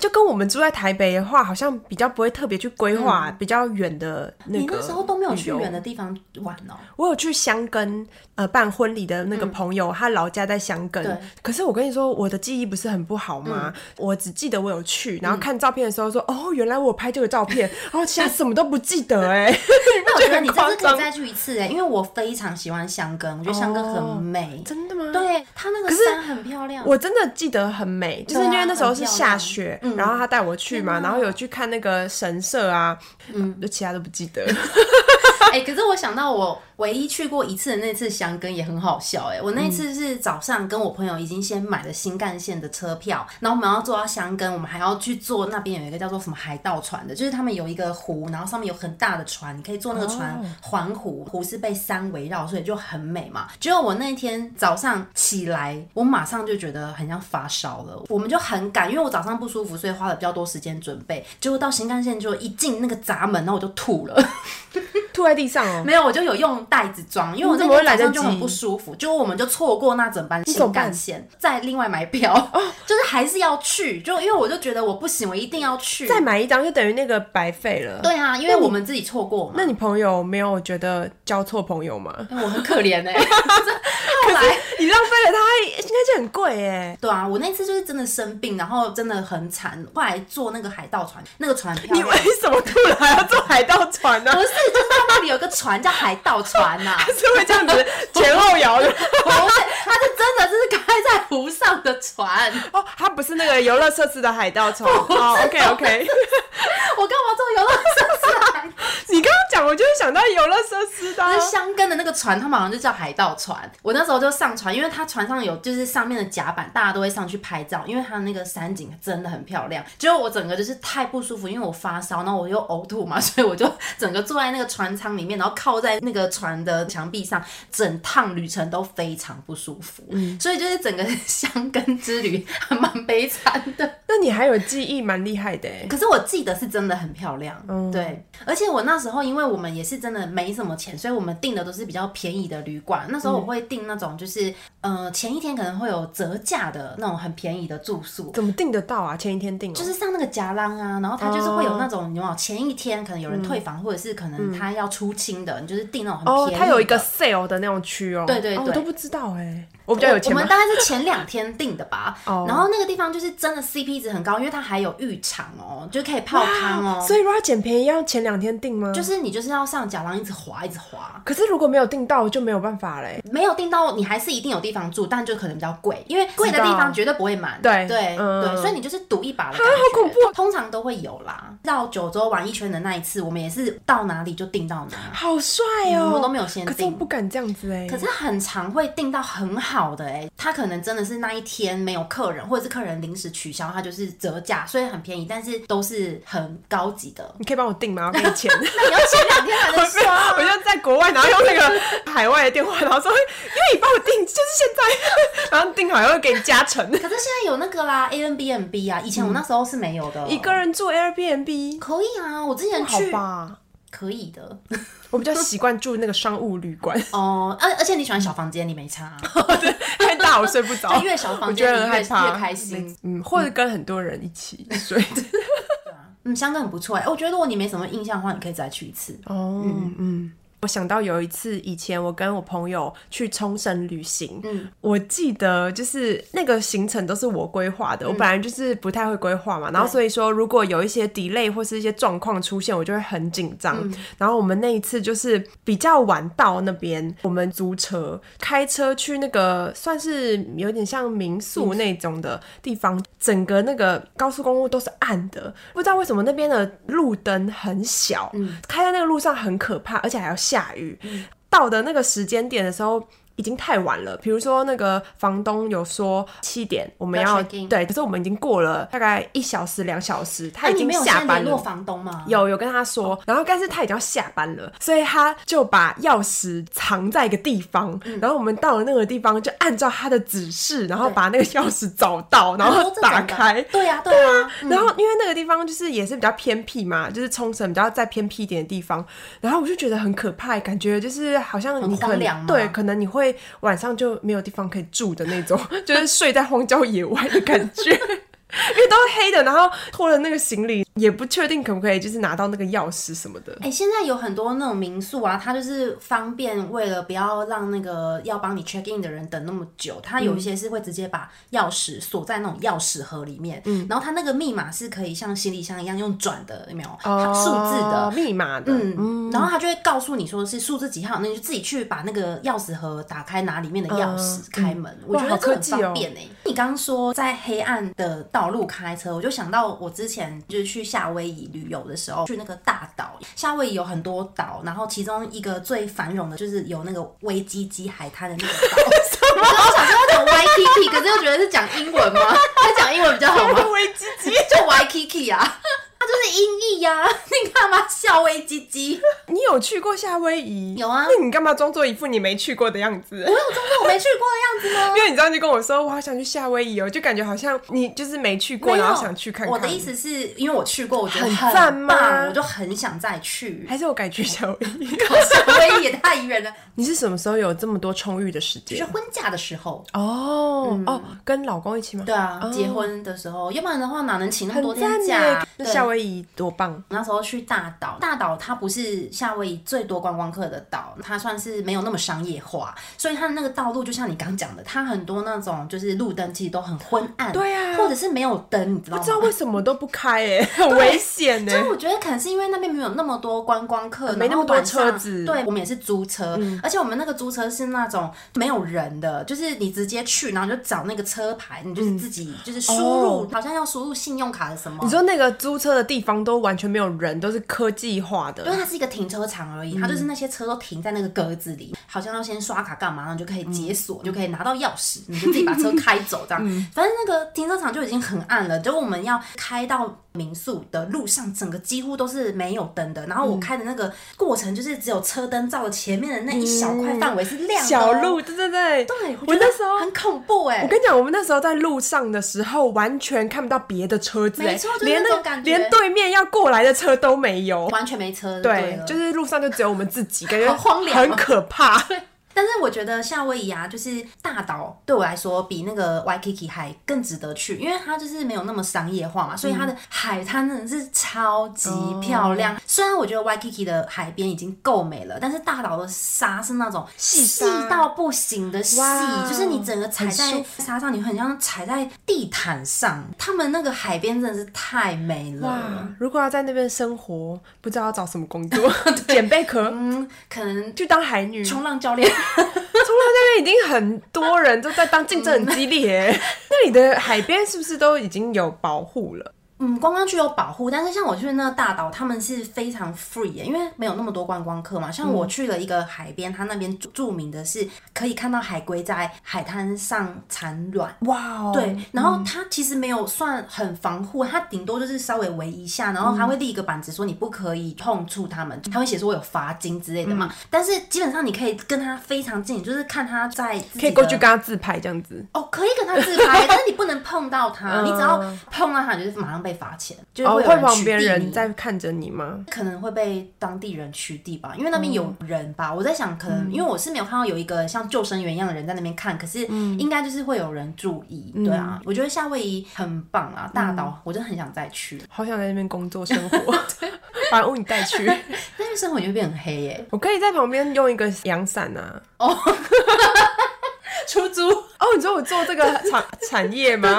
A: 就跟我们住在台北的话，好像比较不会特别去规划比较远的那个。
B: 嗯你那时候都没有去远的地方玩哦、
A: 我有去香根，呃，办婚礼的那个朋友，他老家在香根
B: 嗯对。嗯
A: 可是我跟你说，我的记忆不是很不好吗？我只记得我有去，然后看照片的时候说，哦，原来我有拍这个照
B: [LAUGHS]
A: 片，然后其他什么都不记得哎、
B: 那我觉得你
A: 这很夸
B: 这次可
A: 张
B: 以再去一次哎、因为我非常喜欢香根，我觉得香根很美。
A: 哦真的吗？
B: 对，它那个
A: 是
B: 山很漂亮。
A: [LAUGHS] 我真的记得很美，就是因为那时候是下雪，
B: 啊很漂亮嗯
A: 然后他带我去嘛，
B: 天哪
A: 然后有去看那个神社啊，嗯，就其他都不记得。 [LAUGHS]
B: [LAUGHS] 哎、可是我想到我唯一去过一次的那次香根也很好笑哎、我那一次是早上跟我朋友已经先买了新干线的车票，然后我们要坐到香根，我们还要去坐那边有一个叫做什么海盗船的，就是他们有一个湖，然后上面有很大的船，你可以坐那个船环湖，湖是被山围绕，所以就很美嘛。结果我那天早上起来，我马上就觉得很像发烧了，我们就很赶，因为我早上不舒服，所以花了比较多时间准备。结果到新干线就一进那个闸门，然后我就吐了。
A: 吐在地上哦。
B: 没有，我就有用袋子装，因为我那
A: 你怎么会
B: 天
A: 来
B: 早
A: 得
B: 上
A: 及
B: 就很不舒
A: 嗯
B: 服，就我们就错过那整班
A: 怎么
B: 新
A: 办哦
B: 干线，再另外买票， [LAUGHS] 就是还是要去，就因为我就觉得我不行，我一定要去。
A: 再买一张就等于那个白费了。
B: 对啊，因为我们自己错过嘛
A: 那。你朋友没有觉得交错朋友吗？
B: 那我很可怜
A: [LAUGHS]
B: 哎、后来
A: 你浪费了他，应该是很贵哎。
B: 对啊，我那次就是真的生病，然后真的很惨。后来坐那个海盗船，那个船票
A: 你为什么突然要坐海盗船呢、
B: [LAUGHS] 不是，就是它那里有个船叫海盗船
A: [LAUGHS]
B: 呐、
A: 是会这样子前后摇
B: [LAUGHS]
A: 的
B: 不是，它是真的是开在湖上的船。
A: 哦，它不是那个游乐设施的海盗船 [LAUGHS] 哦。OK
B: [LAUGHS]
A: OK，
B: 我干嘛坐游乐设施啊？
A: 你刚刚讲，我就是想到游乐设施
B: [LAUGHS]
A: 的啊、
B: 但是香根的那个船，他们好像就叫海盗船。我那时候就上船，因为它船上有就是上面的甲板，大家都会上去拍照，因为它那个山景真的很漂亮。结果我整个就是太不舒服，因为我发烧，然后我又呕吐嘛，所以我就整个坐在那个船舱里面，然后靠在那个船的墙壁上，整趟旅程都非常不舒服。所以就是整个香根之旅还蛮悲惨的。
A: 那你还有记忆，蛮厉害的哎。
B: 可是我记得是真的很漂亮，
A: 嗯
B: 对。而且我那时候，因为我们也是真的没什么钱，所以我们订的都是比较便宜的旅馆。那时
A: 嗯
B: 候我会订那种就是，呃，前一天可能会有折价的那种很便宜的住宿。
A: 怎么订得到啊？前一天订、哦，
B: 就是上那个夹浪啊，然后它就是
A: 哦
B: 会有那种，你往前一天可能有人退房，或者是可能他要出清的，你就是订那种很
A: 嗯
B: 便
A: 哦
B: 宜，的。
A: 它有一个 sale 的那种区哦。
B: 对对
A: 哦我
B: 对
A: 都不知道哎，我比较有钱
B: 我
A: 吗
B: 们？大概是前两天订的吧。
A: 哦
B: 然后那个地方就是真的 CP 值很高，因为它还有浴场哦，就可以泡汤哦。
A: 啊所以如果要捡便宜，要前两天订吗？，
B: 就是是你就是要上假狼一直滑一直滑，
A: 可是如果没有订到，就没有办法嘞。
B: 没有订到你还是一定有地方住，但就可能比较贵，因为贵的地
A: 知道
B: 方绝对不会满。
A: 对
B: 对、
A: 嗯啊
B: 对，所以你就是赌一把的感觉。
A: 好恐怖
B: 通常都会有啦。到九州玩一圈的那一次，我们也是到哪里就订到哪，
A: 好帅哦！
B: 嗯我们都没有先
A: 可是我
B: 订。
A: 不敢这样子哎。。
B: 可是很常会订到很好的哎、他可能真的是那一天没有客人，或者是客人临时取消，他就是折价，所以很便宜，但是都是很高级的
A: [LAUGHS] 你可以帮我订
B: [LAUGHS]
A: 吗？我给你钱。
B: 那你要前两天才
A: [LAUGHS]
B: 能说啊、
A: 我就在国外，然后用那个海外的电话，然后说，因为你帮我订，就是现
B: [LAUGHS]
A: 在，然后订好，然后给你加成。
B: 可是现在有那个啦，Airbnb 啊，以前我那时候是没有的。
A: 嗯一个人住 Airbnb
B: 可以啊，我之前
A: 好
B: 去
A: 吧？
B: 可以的。
A: 我比较习惯住那个商务旅
B: [LAUGHS]
A: 馆，
B: 哦，而而且你喜欢小房间，你没
A: [LAUGHS]
B: 差、啊，
A: 太大我睡不着
B: 就。越小
A: 哦我
B: 房
A: 觉
B: 间
A: 得
B: 你
A: 很
B: 越
A: 害怕，
B: 越开心。。
A: 嗯，或者跟很多人一起睡。
B: 嗯，香港很不错哎、我觉得如果你没什么印象的话，你可以再去一次。
A: 哦，嗯。我想到有一次，以前我跟我朋友去冲绳旅行，
B: 嗯，
A: 我记得就是那个行程都是我规划的，我本来就是不太会规划嘛，然后所以说如果有一些 delay 或是一些状况出现，我就会很紧张。然后我们那一次就是比较晚到那边，我们租车开车去那个算是有点像民宿那种的地方，整个那个高速公路都是暗的，不知道为什么那边的路灯很小，
B: 嗯
A: 开在那个路上很可怕，而且还要下雨。到的那个时间点的时候。已经太晚了，比如说那个房东有说七点我们
B: 要
A: 要
B: check in
A: 对，可是我们已经过了大概一小时两小时，他
B: 那
A: 已
B: 啊哎你
A: 经
B: 没有
A: 下
B: 先
A: 班
B: 联络
A: 了。
B: 房东吗？
A: 有有跟他
B: 哦
A: 说，然后但是他已经要下班了，所以他就把钥匙藏在一个地方，然后我们到了那个地方就按照他的指示，然后
B: 嗯对
A: 把那个钥匙找到，然
B: 很
A: 后
B: 啊多这种的
A: 打开。
B: 对呀、对
A: [LAUGHS]
B: 呀、嗯
A: 然后因为那个地方就是也是比较偏僻嘛，就是冲绳比较再偏僻一点的地方，然后我就觉得很可怕，感觉就是好像你
B: 很
A: 可
B: 荒凉
A: 能
B: 吗
A: 对，可能你会晚上就没有地方可以住的那种， [LAUGHS] 就是睡在荒郊野外的感觉。 [LAUGHS] 因为都是黑的，然后拖了那个行李，也不确定可不可以，就是拿到那个钥匙什么的。
B: 哎、现在有很多那种民宿啊，它就是方便，为了不要让那个要帮你 check in 的人等那么久，它
A: 嗯
B: 有一些是会直接把钥匙锁在那种钥匙盒里面，嗯，然后它那个密码是可以像行李箱一样用转的，有没有？它数字
A: 哦
B: 的。
A: 密码的，
B: 嗯，然后它就会告诉你说是数字几号，那你就自己去把那个钥匙盒打开，拿里面的钥匙开门。我觉
A: 哇好
B: 得这
A: 科
B: 很
A: 技哦
B: 方便哎、你刚刚说在黑暗的道路开车，我就想到我之前就是去夏威夷旅游的时候，去那个大岛。夏威夷有很多岛，然后其中一个最繁荣的就是有那个威基基海滩的那个岛。 [LAUGHS] 我刚刚想说要讲 [LAUGHS] YKK，可是
A: [LAUGHS]
B: [LAUGHS] 又觉得是讲英文吗？那讲英文比较好吗？
A: 危机机，
B: 就 Waikiki 啊，它就是 [LAUGHS] 是音译呀、你干嘛笑微唧唧？
A: 你有去过夏威夷？
B: 有啊
A: 那你干嘛装作一副你没去过的样子？
B: 那我没去过的样子吗？
A: 因为你这样就跟我说，我好想去夏威夷哦，就感觉好像你就是没去过，
B: 没有
A: 然后想去看看。
B: 我的意，思是因为我去过，我觉得
A: 很赞
B: 很
A: 吗
B: 棒，我就很想再去。
A: 还是我改去夏威
B: [LAUGHS]
A: 夷。
B: 夏威夷也太宜人了，
A: [LAUGHS] 你是什么时候有这么多充裕的时
B: 就是
A: 间？
B: 婚嫁的时候。
A: 哦、哦，跟老公一起吗？
B: 对啊，
A: 哦
B: 结婚的时候，要不然的话哪能请那么多
A: 很
B: 天
A: 赞
B: 假
A: 耶！！
B: 对哦
A: 夏威夷多棒！
B: 那时候去大岛，大岛它不是夏威夷最多观光客的岛，它算是没有那么商业化，所以它的那个道路就像你刚讲的，它很多那种就是路灯其实都很昏暗，
A: 对啊
B: 或者是没有灯，你知道
A: 不
B: 吗
A: 知？道为什么都不开
B: [LAUGHS]
A: 哎、很危险呢、呃
B: 就是我觉得可能是因为那边没有那么多观光客，
A: 没那么多
B: 然后晚上
A: 车子嗯
B: 对，我们也是租车，而且我们那个租车是那种没有人的，就是你直接去，然后你就找那个车牌，你就是自己就是输入，
A: 嗯哦
B: 好像要输入信用卡的什么。
A: 你说那个租车的地方都完全没有人，都是科技化
B: 因为
A: 的。
B: 它是一个停车场而已，它
A: 嗯
B: 就是那些车都停在那个格子里，好像要先刷卡干嘛，然后你就可以
A: 嗯
B: 解锁，你就可以拿到钥匙，你就自己把车开走这样。 [LAUGHS] 反正那个停车场就已经很暗了，结果我们要开到民宿的路上，整个几乎都是没有灯的。然
A: 嗯
B: 后我开的那个过程就是只有车灯照的前面的那一小块范围是亮的、
A: 嗯
B: 哦
A: 小，路，对对对，
B: 对，
A: 我
B: 觉得
A: 那时候
B: 很恐怖哎、
A: 我跟你讲，我们那时候在路上的时候，完全看不到别的车子、欸，
B: 没错就是
A: 连
B: 那
A: 个
B: 种感觉
A: 连对面要过来的车都没有。
B: 完全没车，
A: 对，
B: 了
A: 就是路上就只有我们自己，感觉
B: 好荒凉哦
A: 很可怕。
B: 但是我觉得夏威夷啊，就是大岛对我来说比那个 Waikiki 还更值得去，因为它就是没有那么商业化
A: 嗯
B: 嘛，所以它的海滩真的是超级漂
A: 哦
B: 亮。虽然我觉得 Waikiki 的海边已经够美了，但是大岛的沙是那种
A: 细
B: 细
A: 沙
B: 到不行的细
A: 哇，哦
B: 就是你整个踩
A: 很
B: 在
A: 舒
B: 沙上，你很像踩在地毯上。他们那个海边真的是太美了
A: 哇。，如果要在那边生活，不知道要找什么工
B: [LAUGHS]
A: 作，捡贝壳，
B: 嗯，可能
A: 去当海女。冲浪
B: 冲浪教练。
A: 那边已经很多人都在当竞争很激烈
B: 嗯
A: 欸、那里的海边是不是都已经有保护了？
B: 嗯，观光区有保护，但是像我去的那个大岛，他们是非常 free 耶，因为没有那么多观光客嘛。像
A: 嗯
B: 我去了一个海边，它那边著著名的是可以看到海龟在海滩上产卵。
A: 哇哦，
B: 对，然后它其实没有算很防护，它顶多就是稍微围一下，然
A: 嗯
B: 后它会立一个板子说你不可以碰触它们，它会写说有罚金之类的嘛。
A: 嗯
B: 但是基本上你可以跟它非常近，就是看它在自己
A: 可以过
B: 的
A: 去跟他自拍这样子。
B: 哦，可以跟他自
A: [LAUGHS]
B: 拍，但是你不能碰到他，你只要碰到他，你就是马上被罚钱，就
A: 嗯
B: 是
A: 哦，
B: 会
A: 会
B: 有人
A: 旁
B: 取
A: 边
B: 缔
A: 人
B: 你
A: 在看着你吗？
B: 可能会被当地人取缔吧，因为那边有
A: 嗯
B: 人吧。我在想，可能因为我是没有看到有一个像救生员一样的人在那边看，可是
A: 嗯
B: 应该就是会有人注意。对啊，我觉得夏威夷很棒啊，大岛、
A: 嗯
B: 我真的很想再去，
A: 好想在那边工作生活， [LAUGHS] 把屋你带去。
B: 但是生活你会变很黑耶、
A: 我可以在旁边用一个阳伞啊。
B: 哦出租
A: 哦，你知道我做这个产 [LAUGHS] 产业吗？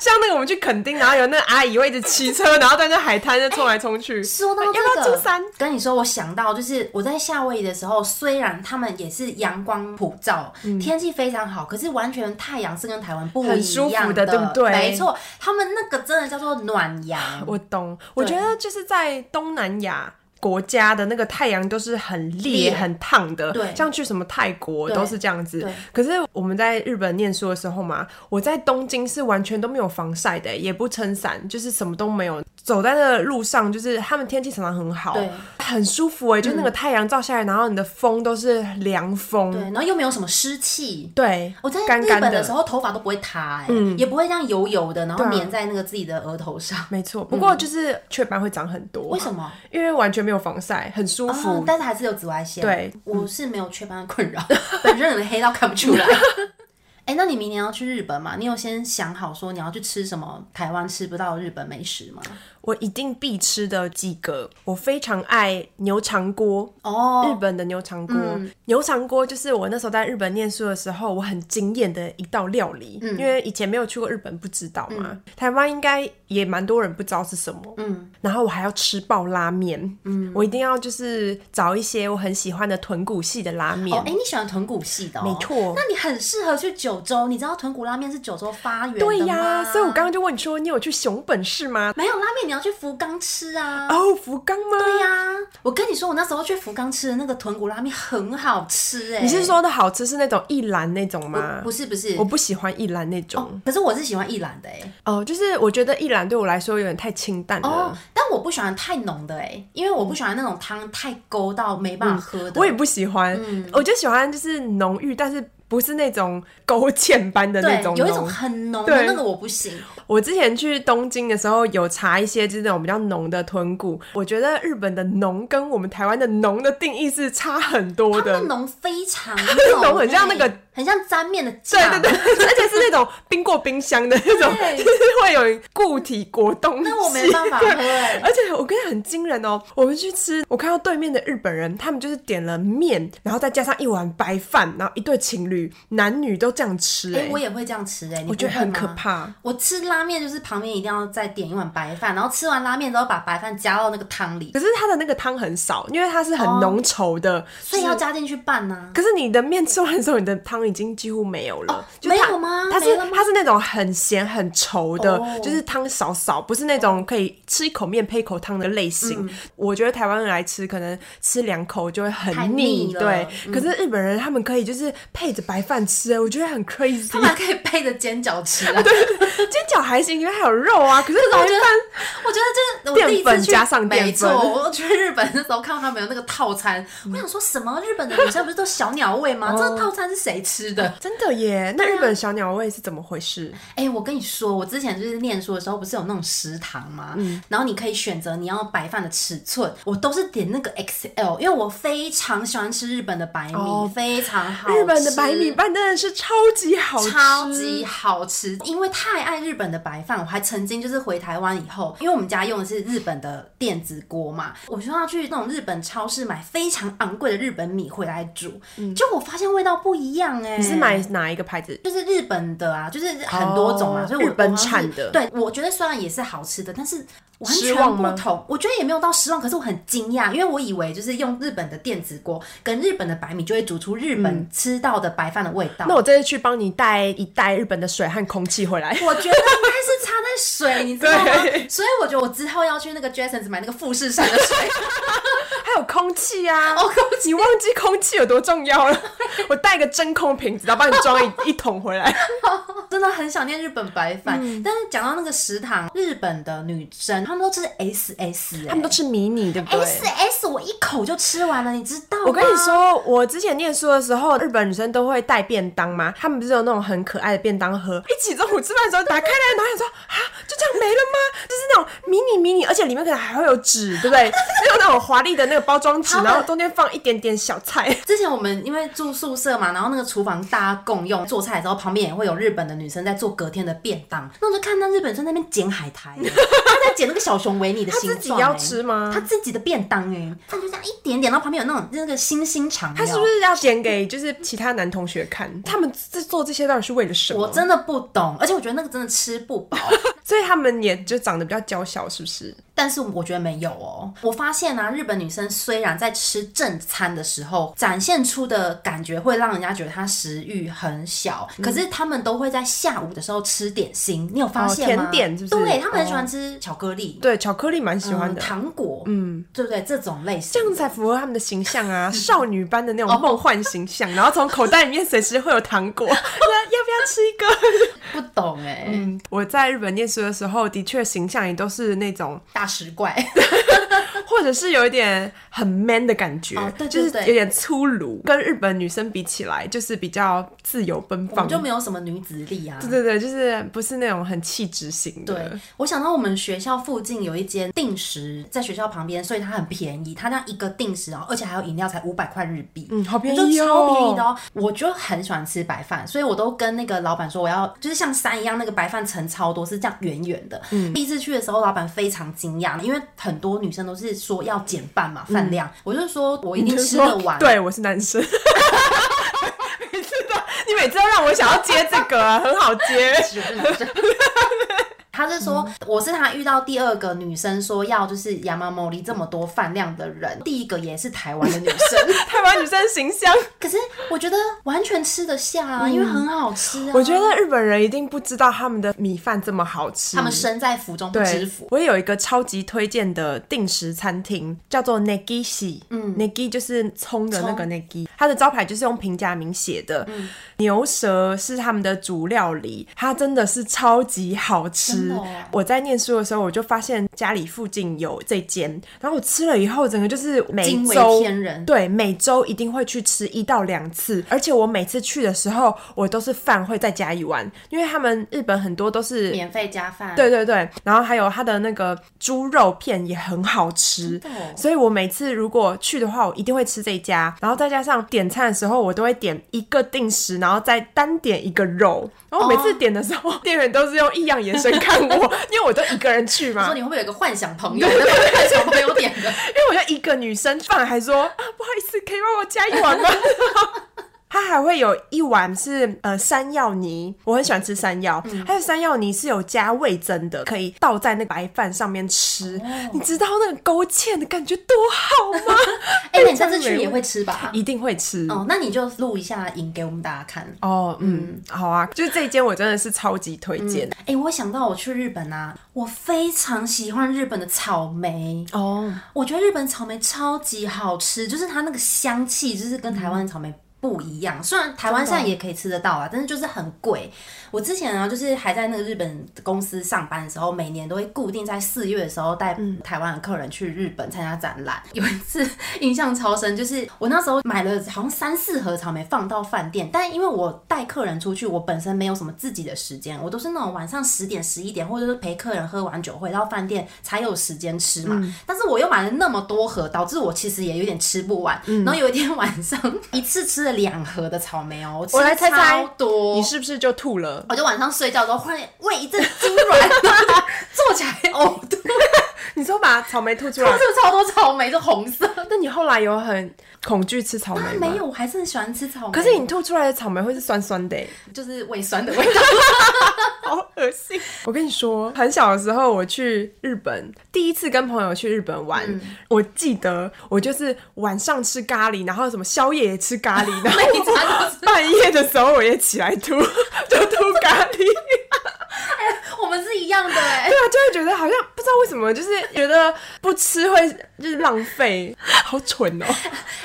A: 像那个我们去垦丁，然后有那个阿姨会一直骑车，然后在那海滩就冲来冲去。
B: 说到
A: 啊要
B: 这
A: 不
B: 个，
A: 要住山？
B: 跟你说，我想到就是我在夏威夷的时候，虽然他们也是阳光普照，天气非常好，可是完全太阳是跟台湾不一
A: 嗯
B: 样
A: 很舒服的对不对
B: 没错，他们那个真的叫做暖
A: [LAUGHS]
B: 阳。
A: 我懂，我觉得就是在东南亚。国家的那个太阳都是很烈、
B: 烈
A: 很烫的，
B: 对
A: 像去什么泰国
B: 对
A: 都是这样子
B: 对。
A: 可是我们在日本念书的时候嘛，我在东京是完全都没有防晒的，欸也不撑伞，就是什么都没有。走在那个路上，就是他们天气常常很好
B: 对，嗯
A: 很舒服哎，就那个太阳照下来，然后你的风都是凉
B: 对，
A: 风，
B: 然后又没有什么湿气。
A: 对，
B: 我在
A: 干
B: 日
A: 干
B: 本的时候头发都不会塌、哎、也不会这样油油的，然后
A: 对啊
B: 粘在那个自己的额头上。
A: 没错。不过就是雀斑会长很多，
B: 嗯
A: 啊
B: 为什么？
A: 因为完全没有防晒，很舒服。
B: 啊但是还是有紫外线。
A: 哦对，嗯
B: 我是没有雀斑的困扰， [LAUGHS] 本身很黑到看不出
A: [LAUGHS]
B: 来。哎、那你明年要去日本吗？你有先想好说你要去吃什么台湾吃不到的日本美食吗？
A: 我一定必吃的几个，我非常爱牛肠锅，日
B: 哦，
A: 本的牛肠锅。牛肠锅就是我那时候在日本念书的时候，我很惊艳的一道料理，因为以前没有去过日本，不知道嘛。台湾应该也蛮多人不知道是什么。嗯，然后我还要吃爆拉面，嗯，我一定要就是找一些我很喜欢的豚骨系的拉面。
B: 哦，哎、你喜欢豚骨系的、哦，
A: 没错
B: 那你很适合去九州，你知道豚骨拉面是九州发源的
A: 对呀、
B: 吗
A: 所以我刚刚就问你说，你有去熊本市吗？
B: 没有拉面，你要去福冈吃啊。
A: 哦，福冈吗？
B: 对呀、我跟你说，我那时候去福冈吃的那个豚骨拉面很好吃、哎，
A: 你是说的好吃是那种一兰那种吗？
B: 不是不是
A: 我？不喜欢一兰那种。哦
B: 可是我是喜欢一兰的、哎。
A: 哦，就是我觉得一兰对我来说有点太清淡了。
B: 哦，但但我不喜欢太浓的哎、因为我不喜欢那种汤太勾到没办法喝的。
A: 嗯
B: 嗯
A: 我也不喜欢，我就喜欢就是浓郁，但是不是那种勾芡般的那
B: 对
A: 种，
B: 有一
A: 浓
B: 种很浓的
A: 对
B: 那个我不行。
A: 我之前去东京的时候，有查一些就是那种比较浓的豚骨，我觉得日本的浓跟我们台湾的浓的定义是差很多
B: 它
A: 的。
B: 那浓非常
A: [LAUGHS] 浓
B: 浓，
A: 很像那个
B: 哎很像沾面的
A: 对
B: 酱。
A: 对对， [LAUGHS] 而且是那种冰过冰箱的那种，
B: 对
A: 就是会有固体果冻。
B: 那我没办法喝
A: [LAUGHS]
B: 哎、
A: 而且我跟你讲很惊人哦，我们去吃，我看到对面的日本人，他们就是点了面，然后再加上一碗白饭，然后一对情侣，男女都这样吃、
B: 哎、
A: 哎、
B: 我也会这样吃哎、你
A: 我觉得
B: 不会
A: 很可
B: 吗。
A: 怕。
B: 我吃拉面就是旁边一定要再点一碗白饭，然后吃完拉面之后把白饭加到那个汤里，
A: 可是它的那个汤很少，因为它是很浓稠的，
B: 哦所以
A: 就是
B: 要加进去拌啊
A: [LAUGHS]
B: 呐、
A: 可是你的面吃完的时候，你的汤已经几乎没有了，就是它
B: 哦没有吗
A: 它是
B: 没了吗
A: 它是那种很咸很稠的
B: 哦
A: 就是汤少少，不是那种可以吃一口面配一口汤的类型。
B: 嗯
A: 我觉得台湾人来吃，可能吃两口就会
B: 太
A: 很
B: 腻
A: 腻，
B: 了嗯
A: 对。可是日本人他们可以就是配着白饭吃，我觉得很 crazy
B: 他。
A: [LAUGHS]
B: 们还可以配着煎饺吃啊。
A: 煎饺还行，因为还有肉
B: [LAUGHS]
A: 啊，可是
B: 我
A: 白
B: 觉得
A: 饭。
B: 我觉得这是我第一
A: 淀
B: 次
A: 粉
B: 去，
A: 加上淀粉
B: 没错，我去日本那时候看到他们有那个套餐，
A: 嗯
B: 我想说什么日本的女生不是都小鸟胃
A: 哦
B: 吗？这个套餐是谁吃的？
A: 真的耶，那日
B: 啊
A: 本小鸟胃是怎么回事？
B: 哎、我跟你说，我之前就是念书的时候，不是有那种食堂吗？
A: 嗯
B: 然后你可以选择你要白饭的尺寸，我都是点那个 XL，因为我非常喜欢吃日本的白米，
A: 哦
B: 非常好吃。
A: 日本的白米饭真的是超级好吃，
B: 超级好哦吃，因为太爱日本的白饭，我还曾经就是回台湾以后，因为我们家用的是日本的电子锅嘛，我就要去那种日本超市买非常昂贵的日本米回来煮，就我发现味道不一样哎、
A: 嗯你是买哪一个牌子？
B: 就是日本的啊，就是很多种啊，
A: 哦
B: 所以我
A: 日本
B: 我好像
A: 产
B: 是
A: 的
B: 对，我觉得虽然也是好吃的，但是完
A: 失
B: 全
A: 望
B: 不
A: 吗
B: 同。我觉得也没有到失望，可是我很惊讶，因为我以为就是用日本的电子锅跟日本的白米就会煮出日
A: 嗯
B: 本吃到的白饭的味道。
A: 那我这次去帮你带一袋日本的水和空气回来。 [LAUGHS]
B: 我觉得应该是差在水，你知道吗
A: 对？
B: 所以我觉得我之后要去那个 Jasons 买那个富士山的水。
A: 还有空气啊！
B: 哦空
A: 你忘记空气有多重要了？我带个真空瓶子，然后帮你装一一桶回来。
B: 真的很想念日本白饭，
A: 嗯
B: 但是讲到那个食堂，日本的女生她们都吃 SS，、欸、
A: 他们都吃迷你，对不对？
B: SS，我一口就吃完了，你知道吗？
A: 我跟你，说，我之前念书的时候，日本女生都会带便当嘛，她们不是有那种很可爱的便当盒，一起中午吃饭的时候打开来，然后想说啊，就这样没了吗？就是那种迷你迷你，而且里面可能还会有纸，对不对？那种那种华丽的那个包装 [LAUGHS] 纸，
B: 他们
A: 然后中间放一点点小菜。
B: 之前我们因为住宿舍嘛，然后那个厨房大家共用，做菜的时候旁边也会有日本的女生在做隔天的便当，那我就看到日本生在那边剪海
A: [LAUGHS]
B: 苔、欸，她在剪那个小熊维尼的
A: 她
B: 形状、
A: 自己要吃吗
B: 她自己的便当哎、欸，她就这样一点点，然后旁边有那种那个星星肠，
A: 她是不？是要点给就是其他男同学看？他们这做这些到底是为了什么？
B: 嗯我真的不懂，而且我觉得那个真的吃不 [LAUGHS] 饱，
A: 所以他们也就长得比较娇小，是不是？
B: 但是我觉得没有哦。我发现啊，日本女生虽然在吃正餐的时候展现出的感觉会让人家觉得她食欲很小，可是她们都会在下午的时候吃点心，你有发现吗？
A: 哦甜点是不是
B: 对，她们很喜欢吃巧克力、
A: 对，巧克力蛮喜欢
B: 嗯
A: 的，
B: 糖果，嗯，对不对？这种类型
A: 这样才符合他们的形象
B: [LAUGHS]
A: 啊，少女般的那
B: 哦
A: 种梦幻形象。然后从口袋里面随时会有糖
B: [LAUGHS]
A: 果，那要不要吃一个？
B: 不懂哎、
A: 嗯，我在日本念书的时候，的确形象也都是那种，
B: 大食怪。
A: 或者是有一点很 man 的感觉，
B: 嗯哦对对
A: 就是
B: 对
A: 有点粗鲁。跟日本女生比起来，就是比较自由奔
B: 我
A: 放。
B: 们 [LAUGHS] 就没有什么女子力啊，
A: 对对对，就是不是那种很气质型的。
B: 对，我想到我们学校附近有一间定时，在学校旁边，所以它很便宜。它那一个定时哦，而且还有饮料，才五百块日币，
A: 嗯好便宜
B: 就超
A: 哦
B: 便宜的哦。我就很喜欢吃白饭，所以我都跟那个老板说，我要就是像山一样，那个白饭层超多，是这样圆圆的。
A: 嗯
B: 第一次去的时候，老板非常惊讶，因为很多女生都是说要减半嘛饭量，我就说我一定
A: 嗯就
B: 吃
A: 说
B: 得完。啊
A: 对，我是男生。每次都，你每次都让我想要接这个、啊，很好
B: [LAUGHS]
A: 接。
B: 他是说，
A: 嗯
B: 我是他遇到第二个女生说要就是亚麻摩里这么多饭量的人，第一个也是台湾的女生，
A: [LAUGHS] 台湾女生形象，
B: 可是我觉得完全吃得下啊，因为很好吃
A: 嗯
B: 啊。
A: 我觉得日本人一定不知道他们的米饭这么好吃。
B: 他们身在福中不知
A: 对
B: 福，。
A: 我有一个超级推荐的定时餐厅，叫做 Negishi。嗯，Negi 就是葱的那个 Negi，它的招牌就是用平假名写
B: 嗯
A: 的。牛舌是他们的主料理，它真的是超级好吃。吃。
B: 哦
A: 我在念书的时候，我就发现家里附近有这间，然后我吃了以后，整个就是每
B: 惊为
A: 周
B: 天人
A: 对每周一定会去吃一到两次，而且我每次去的时候，我都是饭会再加一碗，因为他们日本很多都是
B: 免费加饭，
A: 对对对，然后还有它的那个猪肉片也很好吃
B: 真的哦，
A: 所以我每次如果去的话，我一定会吃这一家。然后再加上点餐的时候，我都会点一个定时，然后再单点一个肉。然后每
B: 哦
A: 次点的时候，店员都是用异样眼神看
B: [LAUGHS]
A: 我，因为我就一个人去
B: 我
A: 嘛
B: 说，你会不会有一个幻想朋友？幻想朋
A: [LAUGHS]
B: 友点的，
A: 因为我就一个女生，饭还说啊，不好意思，可以帮我加一 [LAUGHS] 碗吗？它还会有一碗是呃山药泥，我很喜欢吃山药，还有山药泥是有加味增的，可以倒在那个白饭上面吃。你知道那个勾芡的感觉多 [LAUGHS] 好吗？
B: 哎、那你下次去也会吃吧？
A: 一定会吃。
B: 哦，那你就录一下影给我们大家看。
A: 哦，嗯，好啊，就是这一间我真的是超级推荐、
B: 哎、我想到我去日本啊，我非常喜欢日本的草莓，
A: 哦。
B: 我觉得日本草莓超级好吃，就是它那个香气，就是跟台湾的草莓。不一样，虽然台湾现在也可以吃得到啊，但是就是很贵。我之前啊，就是还在那个日本公司上班的时候，每年都会固定在四月的时候带台湾的客人去日本参加展览。有一次印象超深，就是我那时候买了好像三四盒草莓放到饭店，但因为我带客人出去，我本身没有什么自己的时间，我都是那种晚上十点、十一点，或者是陪客人喝完酒回到饭店才有时间吃嘛。
A: 嗯
B: 但是我又买了那么多盒，导致我其实也有点吃不完。
A: 嗯
B: 然后有一天晚上一次吃了两盒的草莓哦，我吃
A: 我来猜猜
B: 超多，
A: 你是不是就吐了？
B: 我就晚上睡觉的时候忽然胃一阵痉
A: [LAUGHS]
B: 挛，然后就坐起来哦呕吐，
A: 你说把草莓吐出来
B: 吐，出超多草莓，就红色。
A: [LAUGHS] 那你后来有很啊恐惧吃草莓吗？
B: 没有，我还是很喜欢吃草莓。
A: 可是你吐出来的草莓会是酸酸的、欸
B: 就是胃酸的味
A: [LAUGHS]
B: 道。
A: 好恶心！我跟你说，很小的时候我去日本，第一次跟朋友去日本玩，我记得我就是晚上吃咖喱，然后什么宵夜也吃咖 [LAUGHS] 喱，然后
B: 每餐都吃
A: 半夜的时候我也起来吐， [LAUGHS] 就吐咖 [LAUGHS] 喱。
B: 我们是一样的哎、
A: 对啊，就会觉得好像不知道为什么，就是觉得不吃会就是浪费， [LAUGHS] 好蠢哦、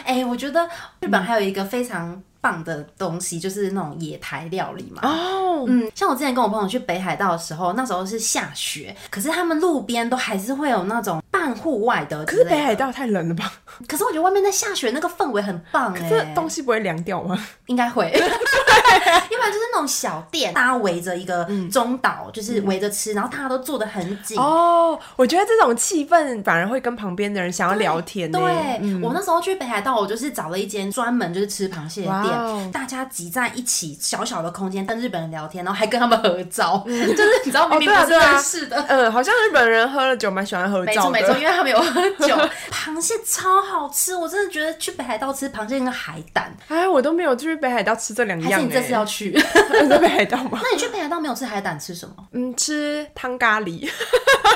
B: 哎、我觉得日本还有一个非常棒的东西，就是那种野台料理嘛。
A: 哦，
B: 嗯，像我之前跟我朋友去北海道的时候，那时候是下雪，可是他们路边都还是会有那种半户外的。
A: 可是北海，道太冷了 [LAUGHS] 吧？
B: 可是我觉得外面在下雪，那个氛围很棒哎、
A: 这
B: [LAUGHS]
A: 东西不会凉掉吗？
B: 应该会，要不然就是那种小店，大家围着一个中岛，就是围着吃，然后大家都坐得很紧。
A: 嗯哦，我觉得这种气氛反而会跟旁边的人想要聊天呢、嗯
B: 对、我那时候去北海道，我就是找了一间专门就是吃螃蟹的店
A: 哇哦
B: 大家挤在一起小小的空间跟日本人聊天，然后还跟他们合
A: [LAUGHS]
B: 照，就是你知道明明
A: 对啊
B: 不是
A: 对啊
B: 认
A: [LAUGHS]
B: 识的。
A: 嗯，好像日本人喝了酒蛮喜欢合
B: 没
A: 照
B: 错
A: 的，
B: 没错，因为他们有喝酒，
A: [LAUGHS]
B: 螃蟹超好吃，我真的觉得去北海道吃螃蟹跟海胆，
A: 哎，我都没有去北海道吃这两
B: 还
A: 样、欸。
B: 是你这次要
A: [LAUGHS]
B: 去？
A: 你在北海道吗？
B: 那你去北海道没有吃海胆吃什么？
A: 嗯，吃汤咖
B: [LAUGHS]
A: 喱。 [LAUGHS]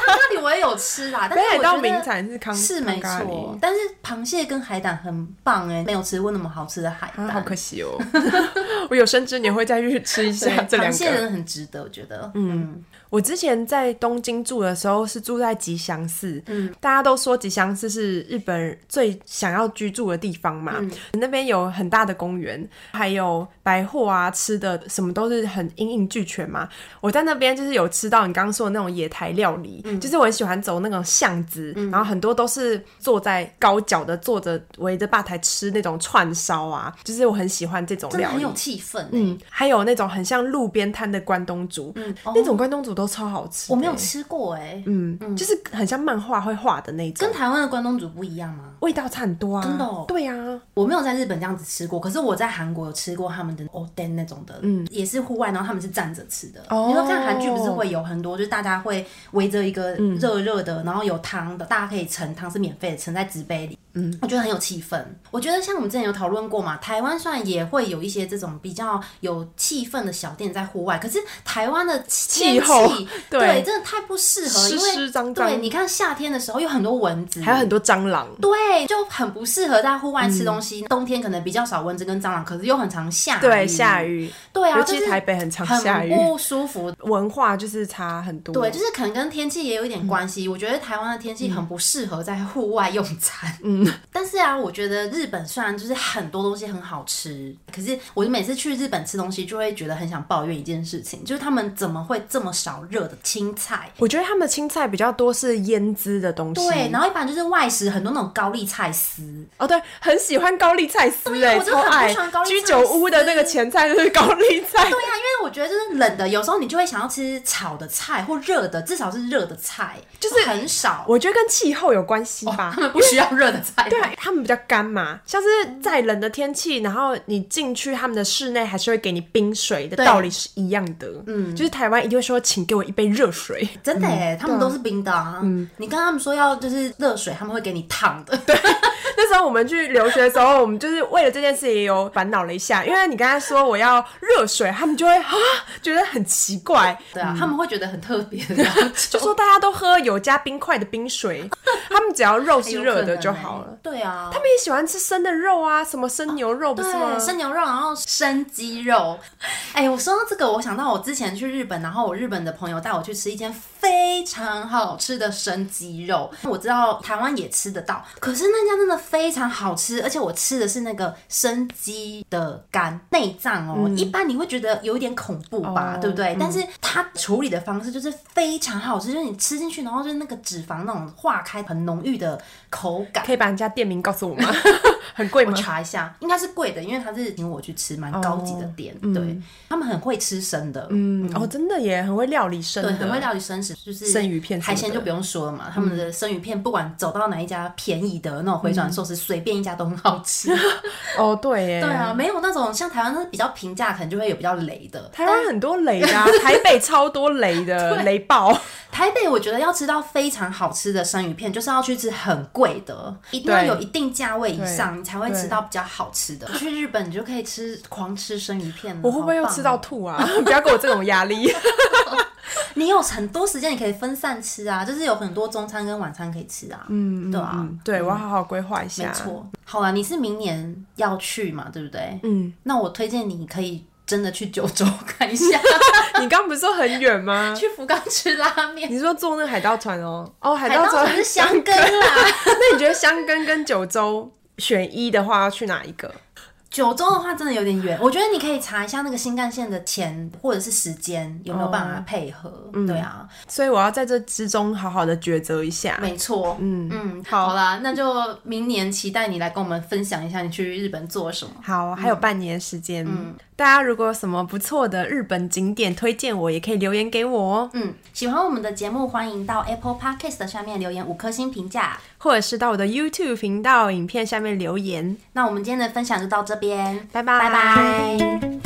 B: 那里我也有吃啊啦，但
A: 北
B: 是
A: 海
B: 我
A: 道
B: 觉得
A: 名产是康
B: 是
A: 汤
B: 没
A: 咖喱
B: 错，但是螃蟹跟海胆很棒哎，没有吃过那么好吃的海
A: 啊，
B: 胆。
A: 好可惜哦！ [LAUGHS] 我有生之年会再去吃一
B: 对
A: 啊下这两
B: 螃蟹真
A: 个。
B: 的很值得，我觉得。嗯，
A: 我之前在东京住的时候是住在吉祥寺，嗯，大家都说吉祥寺是日本最想要居住的地方嘛，那边有很大的公园，还有百货啊，吃的什么都是很应应俱全嘛。我在那边就是有吃到你刚刚说的那种野台料理，就是我很喜欢走那种巷子，然后很多都是坐在高脚的坐着围着吧台吃那种串烧啊，就是我很喜欢这种
B: 真的
A: 料
B: 很
A: 理
B: 有。气氛哎。
A: 嗯，还有那种很像路边摊的关东煮，那种关东煮都超好吃的。欸
B: 嗯哦我没有吃过哎，
A: 嗯，就是很像漫画会画的那种，
B: 跟台湾的哦关东煮不一样吗？
A: 味道差很多啊。
B: 真的哦
A: 对啊，
B: 我没有在日本这样子吃过，可是我在韩国有吃过他们的 oden 那种的，嗯，也是户外，然后他们是站着吃的。
A: 哦
B: 你说看韩剧不是会有很多，就是大家会围着一个
A: 嗯
B: 热热的，然后有汤的，大家可以盛汤是免费的，盛在纸杯里。嗯，我觉得很有气氛。我觉得像我们之前有讨论过嘛，台湾虽然也会有一些这种比较有气氛的小店在户外，可是台湾的
A: 气
B: 天
A: 候
B: 气
A: 对
B: 对真的太不适合，
A: 湿
B: 因为
A: 湿脏脏
B: 对，你看夏天的时候有很多蚊子，
A: 还有很多蟑螂。
B: 对，就很不适合在户外吃东西。冬天可能比较少蚊子跟蟑螂，可是又很常下雨。
A: 嗯对，下。雨，
B: 对啊，
A: 尤其
B: 就是
A: 台北很常
B: 很
A: 下雨，
B: 不舒
A: [LAUGHS]
B: 服。
A: 文化就是差很多。嗯
B: 对，就是可能跟天气也有一点关系。我觉得台湾的天气很不适合在户外用餐。嗯，嗯，但是啊，我觉得日本虽然就是很多东西很好吃，可是我每次去日本吃东西，就会觉得很想抱怨一件事情，就是他们怎么会这么少热的青菜？
A: 我觉得他们的青菜比较多是腌制的东西。
B: 对，然后一般就是外食很多那种高丽菜丝，
A: 哦，对，很喜欢高丽菜丝
B: 啊
A: 哎、
B: 我真的
A: 超
B: 很不
A: 爱
B: 喜欢高。丽
A: 居
B: 菜
A: 酒屋的那个
B: 丝
A: 前菜就是高丽菜，
B: 对呀、因为我觉得就是冷的，有时候你就会想要吃炒的菜或热的，至少是热的菜，就是很少。
A: 我觉得跟气候有关系吧。
B: 他们不需要热的菜，
A: 对啊，他们比较干嘛？像是再冷的天气，然后你进去他们的室内，还是会给你冰水的
B: 对
A: 道理是一样的。嗯，就是台湾一定会说，请给我一杯热水。 [LAUGHS]
B: 真的哎、他们都是冰的啊。你跟他们说要就是热水，他们会给你烫的。
A: 那时候我们去留学的时候，我们就是为了这件事也有烦恼了一下，因为你刚才说我要热水，他们就会啊觉得很奇怪，
B: 对啊，他们会觉得很特别的
A: [LAUGHS]
B: 感觉，
A: 就说大家都喝有加冰块的冰
B: [LAUGHS]
A: 水，他们只要肉是热的就好了。。
B: 对啊，
A: 他们也喜欢吃生的肉啊，什么生牛肉不是吗
B: 对，？生牛肉，然后生鸡肉。 [LAUGHS] 哎、我说到这个，我想到我之前去日本，然后我日本的朋友带我去吃一间非常好吃的生鸡肉，我知道台湾也吃得到，可是那家真的非常好吃，而且我吃的是那个生鸡的肝内脏哦，一般你会觉得有一点恐怖吧，
A: 嗯哦
B: 对不对？但是它处理的方式就是非常好吃，就是你吃进去，然后就是那个脂肪那种化开很浓郁的口感。
A: 可以把人家店名告诉我
B: [LAUGHS]
A: 吗？很贵
B: 我
A: 吗？
B: 查一下，应该是贵的，因为他是请我去吃蛮高级的店，对他们很会吃生的，嗯，
A: 哦嗯嗯，哦，真的耶，很会料理生
B: 对，
A: 的，
B: 很会料理生食，就是
A: 生鱼片什么的嗯
B: 海鲜就不用说了嘛，他们的生鱼片不管走到哪一家便宜的那种回转寿司，随便一家都很好
A: [LAUGHS]
B: 吃。
A: 哦，嗯对耶，
B: 对啊，没有那种像台湾那比较平价，可能就会有比较雷的。
A: 台湾很多雷的、啊，台北超多雷
B: [LAUGHS]
A: 的，雷爆。
B: 台北我觉得要吃到非常好吃的生鱼片，就是要去吃很贵的，一定要
A: 对
B: 有一定价位以上，
A: 对
B: 你才会吃到比较好吃的。去日本你就可以吃狂吃生鱼片了，
A: 我会不会
B: 好
A: 又
B: 棒
A: 吃
B: 哦
A: 到吐啊？ [LAUGHS] 不要给我这种压力。
B: 你有很多时间，你可以分散吃啊，就是有很多中餐跟晚餐可以吃啊。嗯， [LAUGHS] 对啊，
A: 嗯，对，我要好好规划一下。
B: 没错。好啊啦，你是明年要去嘛，对不对？
A: 嗯，
B: 那我推荐你可以真的去九州看一 [LAUGHS] 下，
A: 你刚不是说很远
B: [LAUGHS]
A: 吗？
B: 去福冈吃拉面。哎
A: 你是说坐那个海盗船哦？哦，海
B: 海盗
A: 船 [LAUGHS]
B: 船是香根啦，
A: 那你觉得香根跟九州选一的话，要去哪一个？
B: [LAUGHS] 九州的话真的有点远，我觉得你可以查一下那个新干线的钱或者是时间有没有办法配合。对啊，
A: 所以我要在这之中好好的抉择一下。
B: 没错。嗯嗯，好啦，那就明年期待你来跟我们分享一下你去日本做了什么。
A: 好，还有半年时间。
B: 嗯
A: 大家如果有什么不错的日本景点推荐我，也可以留言给我哦，
B: 嗯，喜欢我们的节目，欢迎到 Apple Podcast 的下面留言五颗星评价。
A: 或者是到我的 YouTube 频道影片下面留言。
B: 那我们今天的分享就到这边，
A: 拜拜
B: 拜拜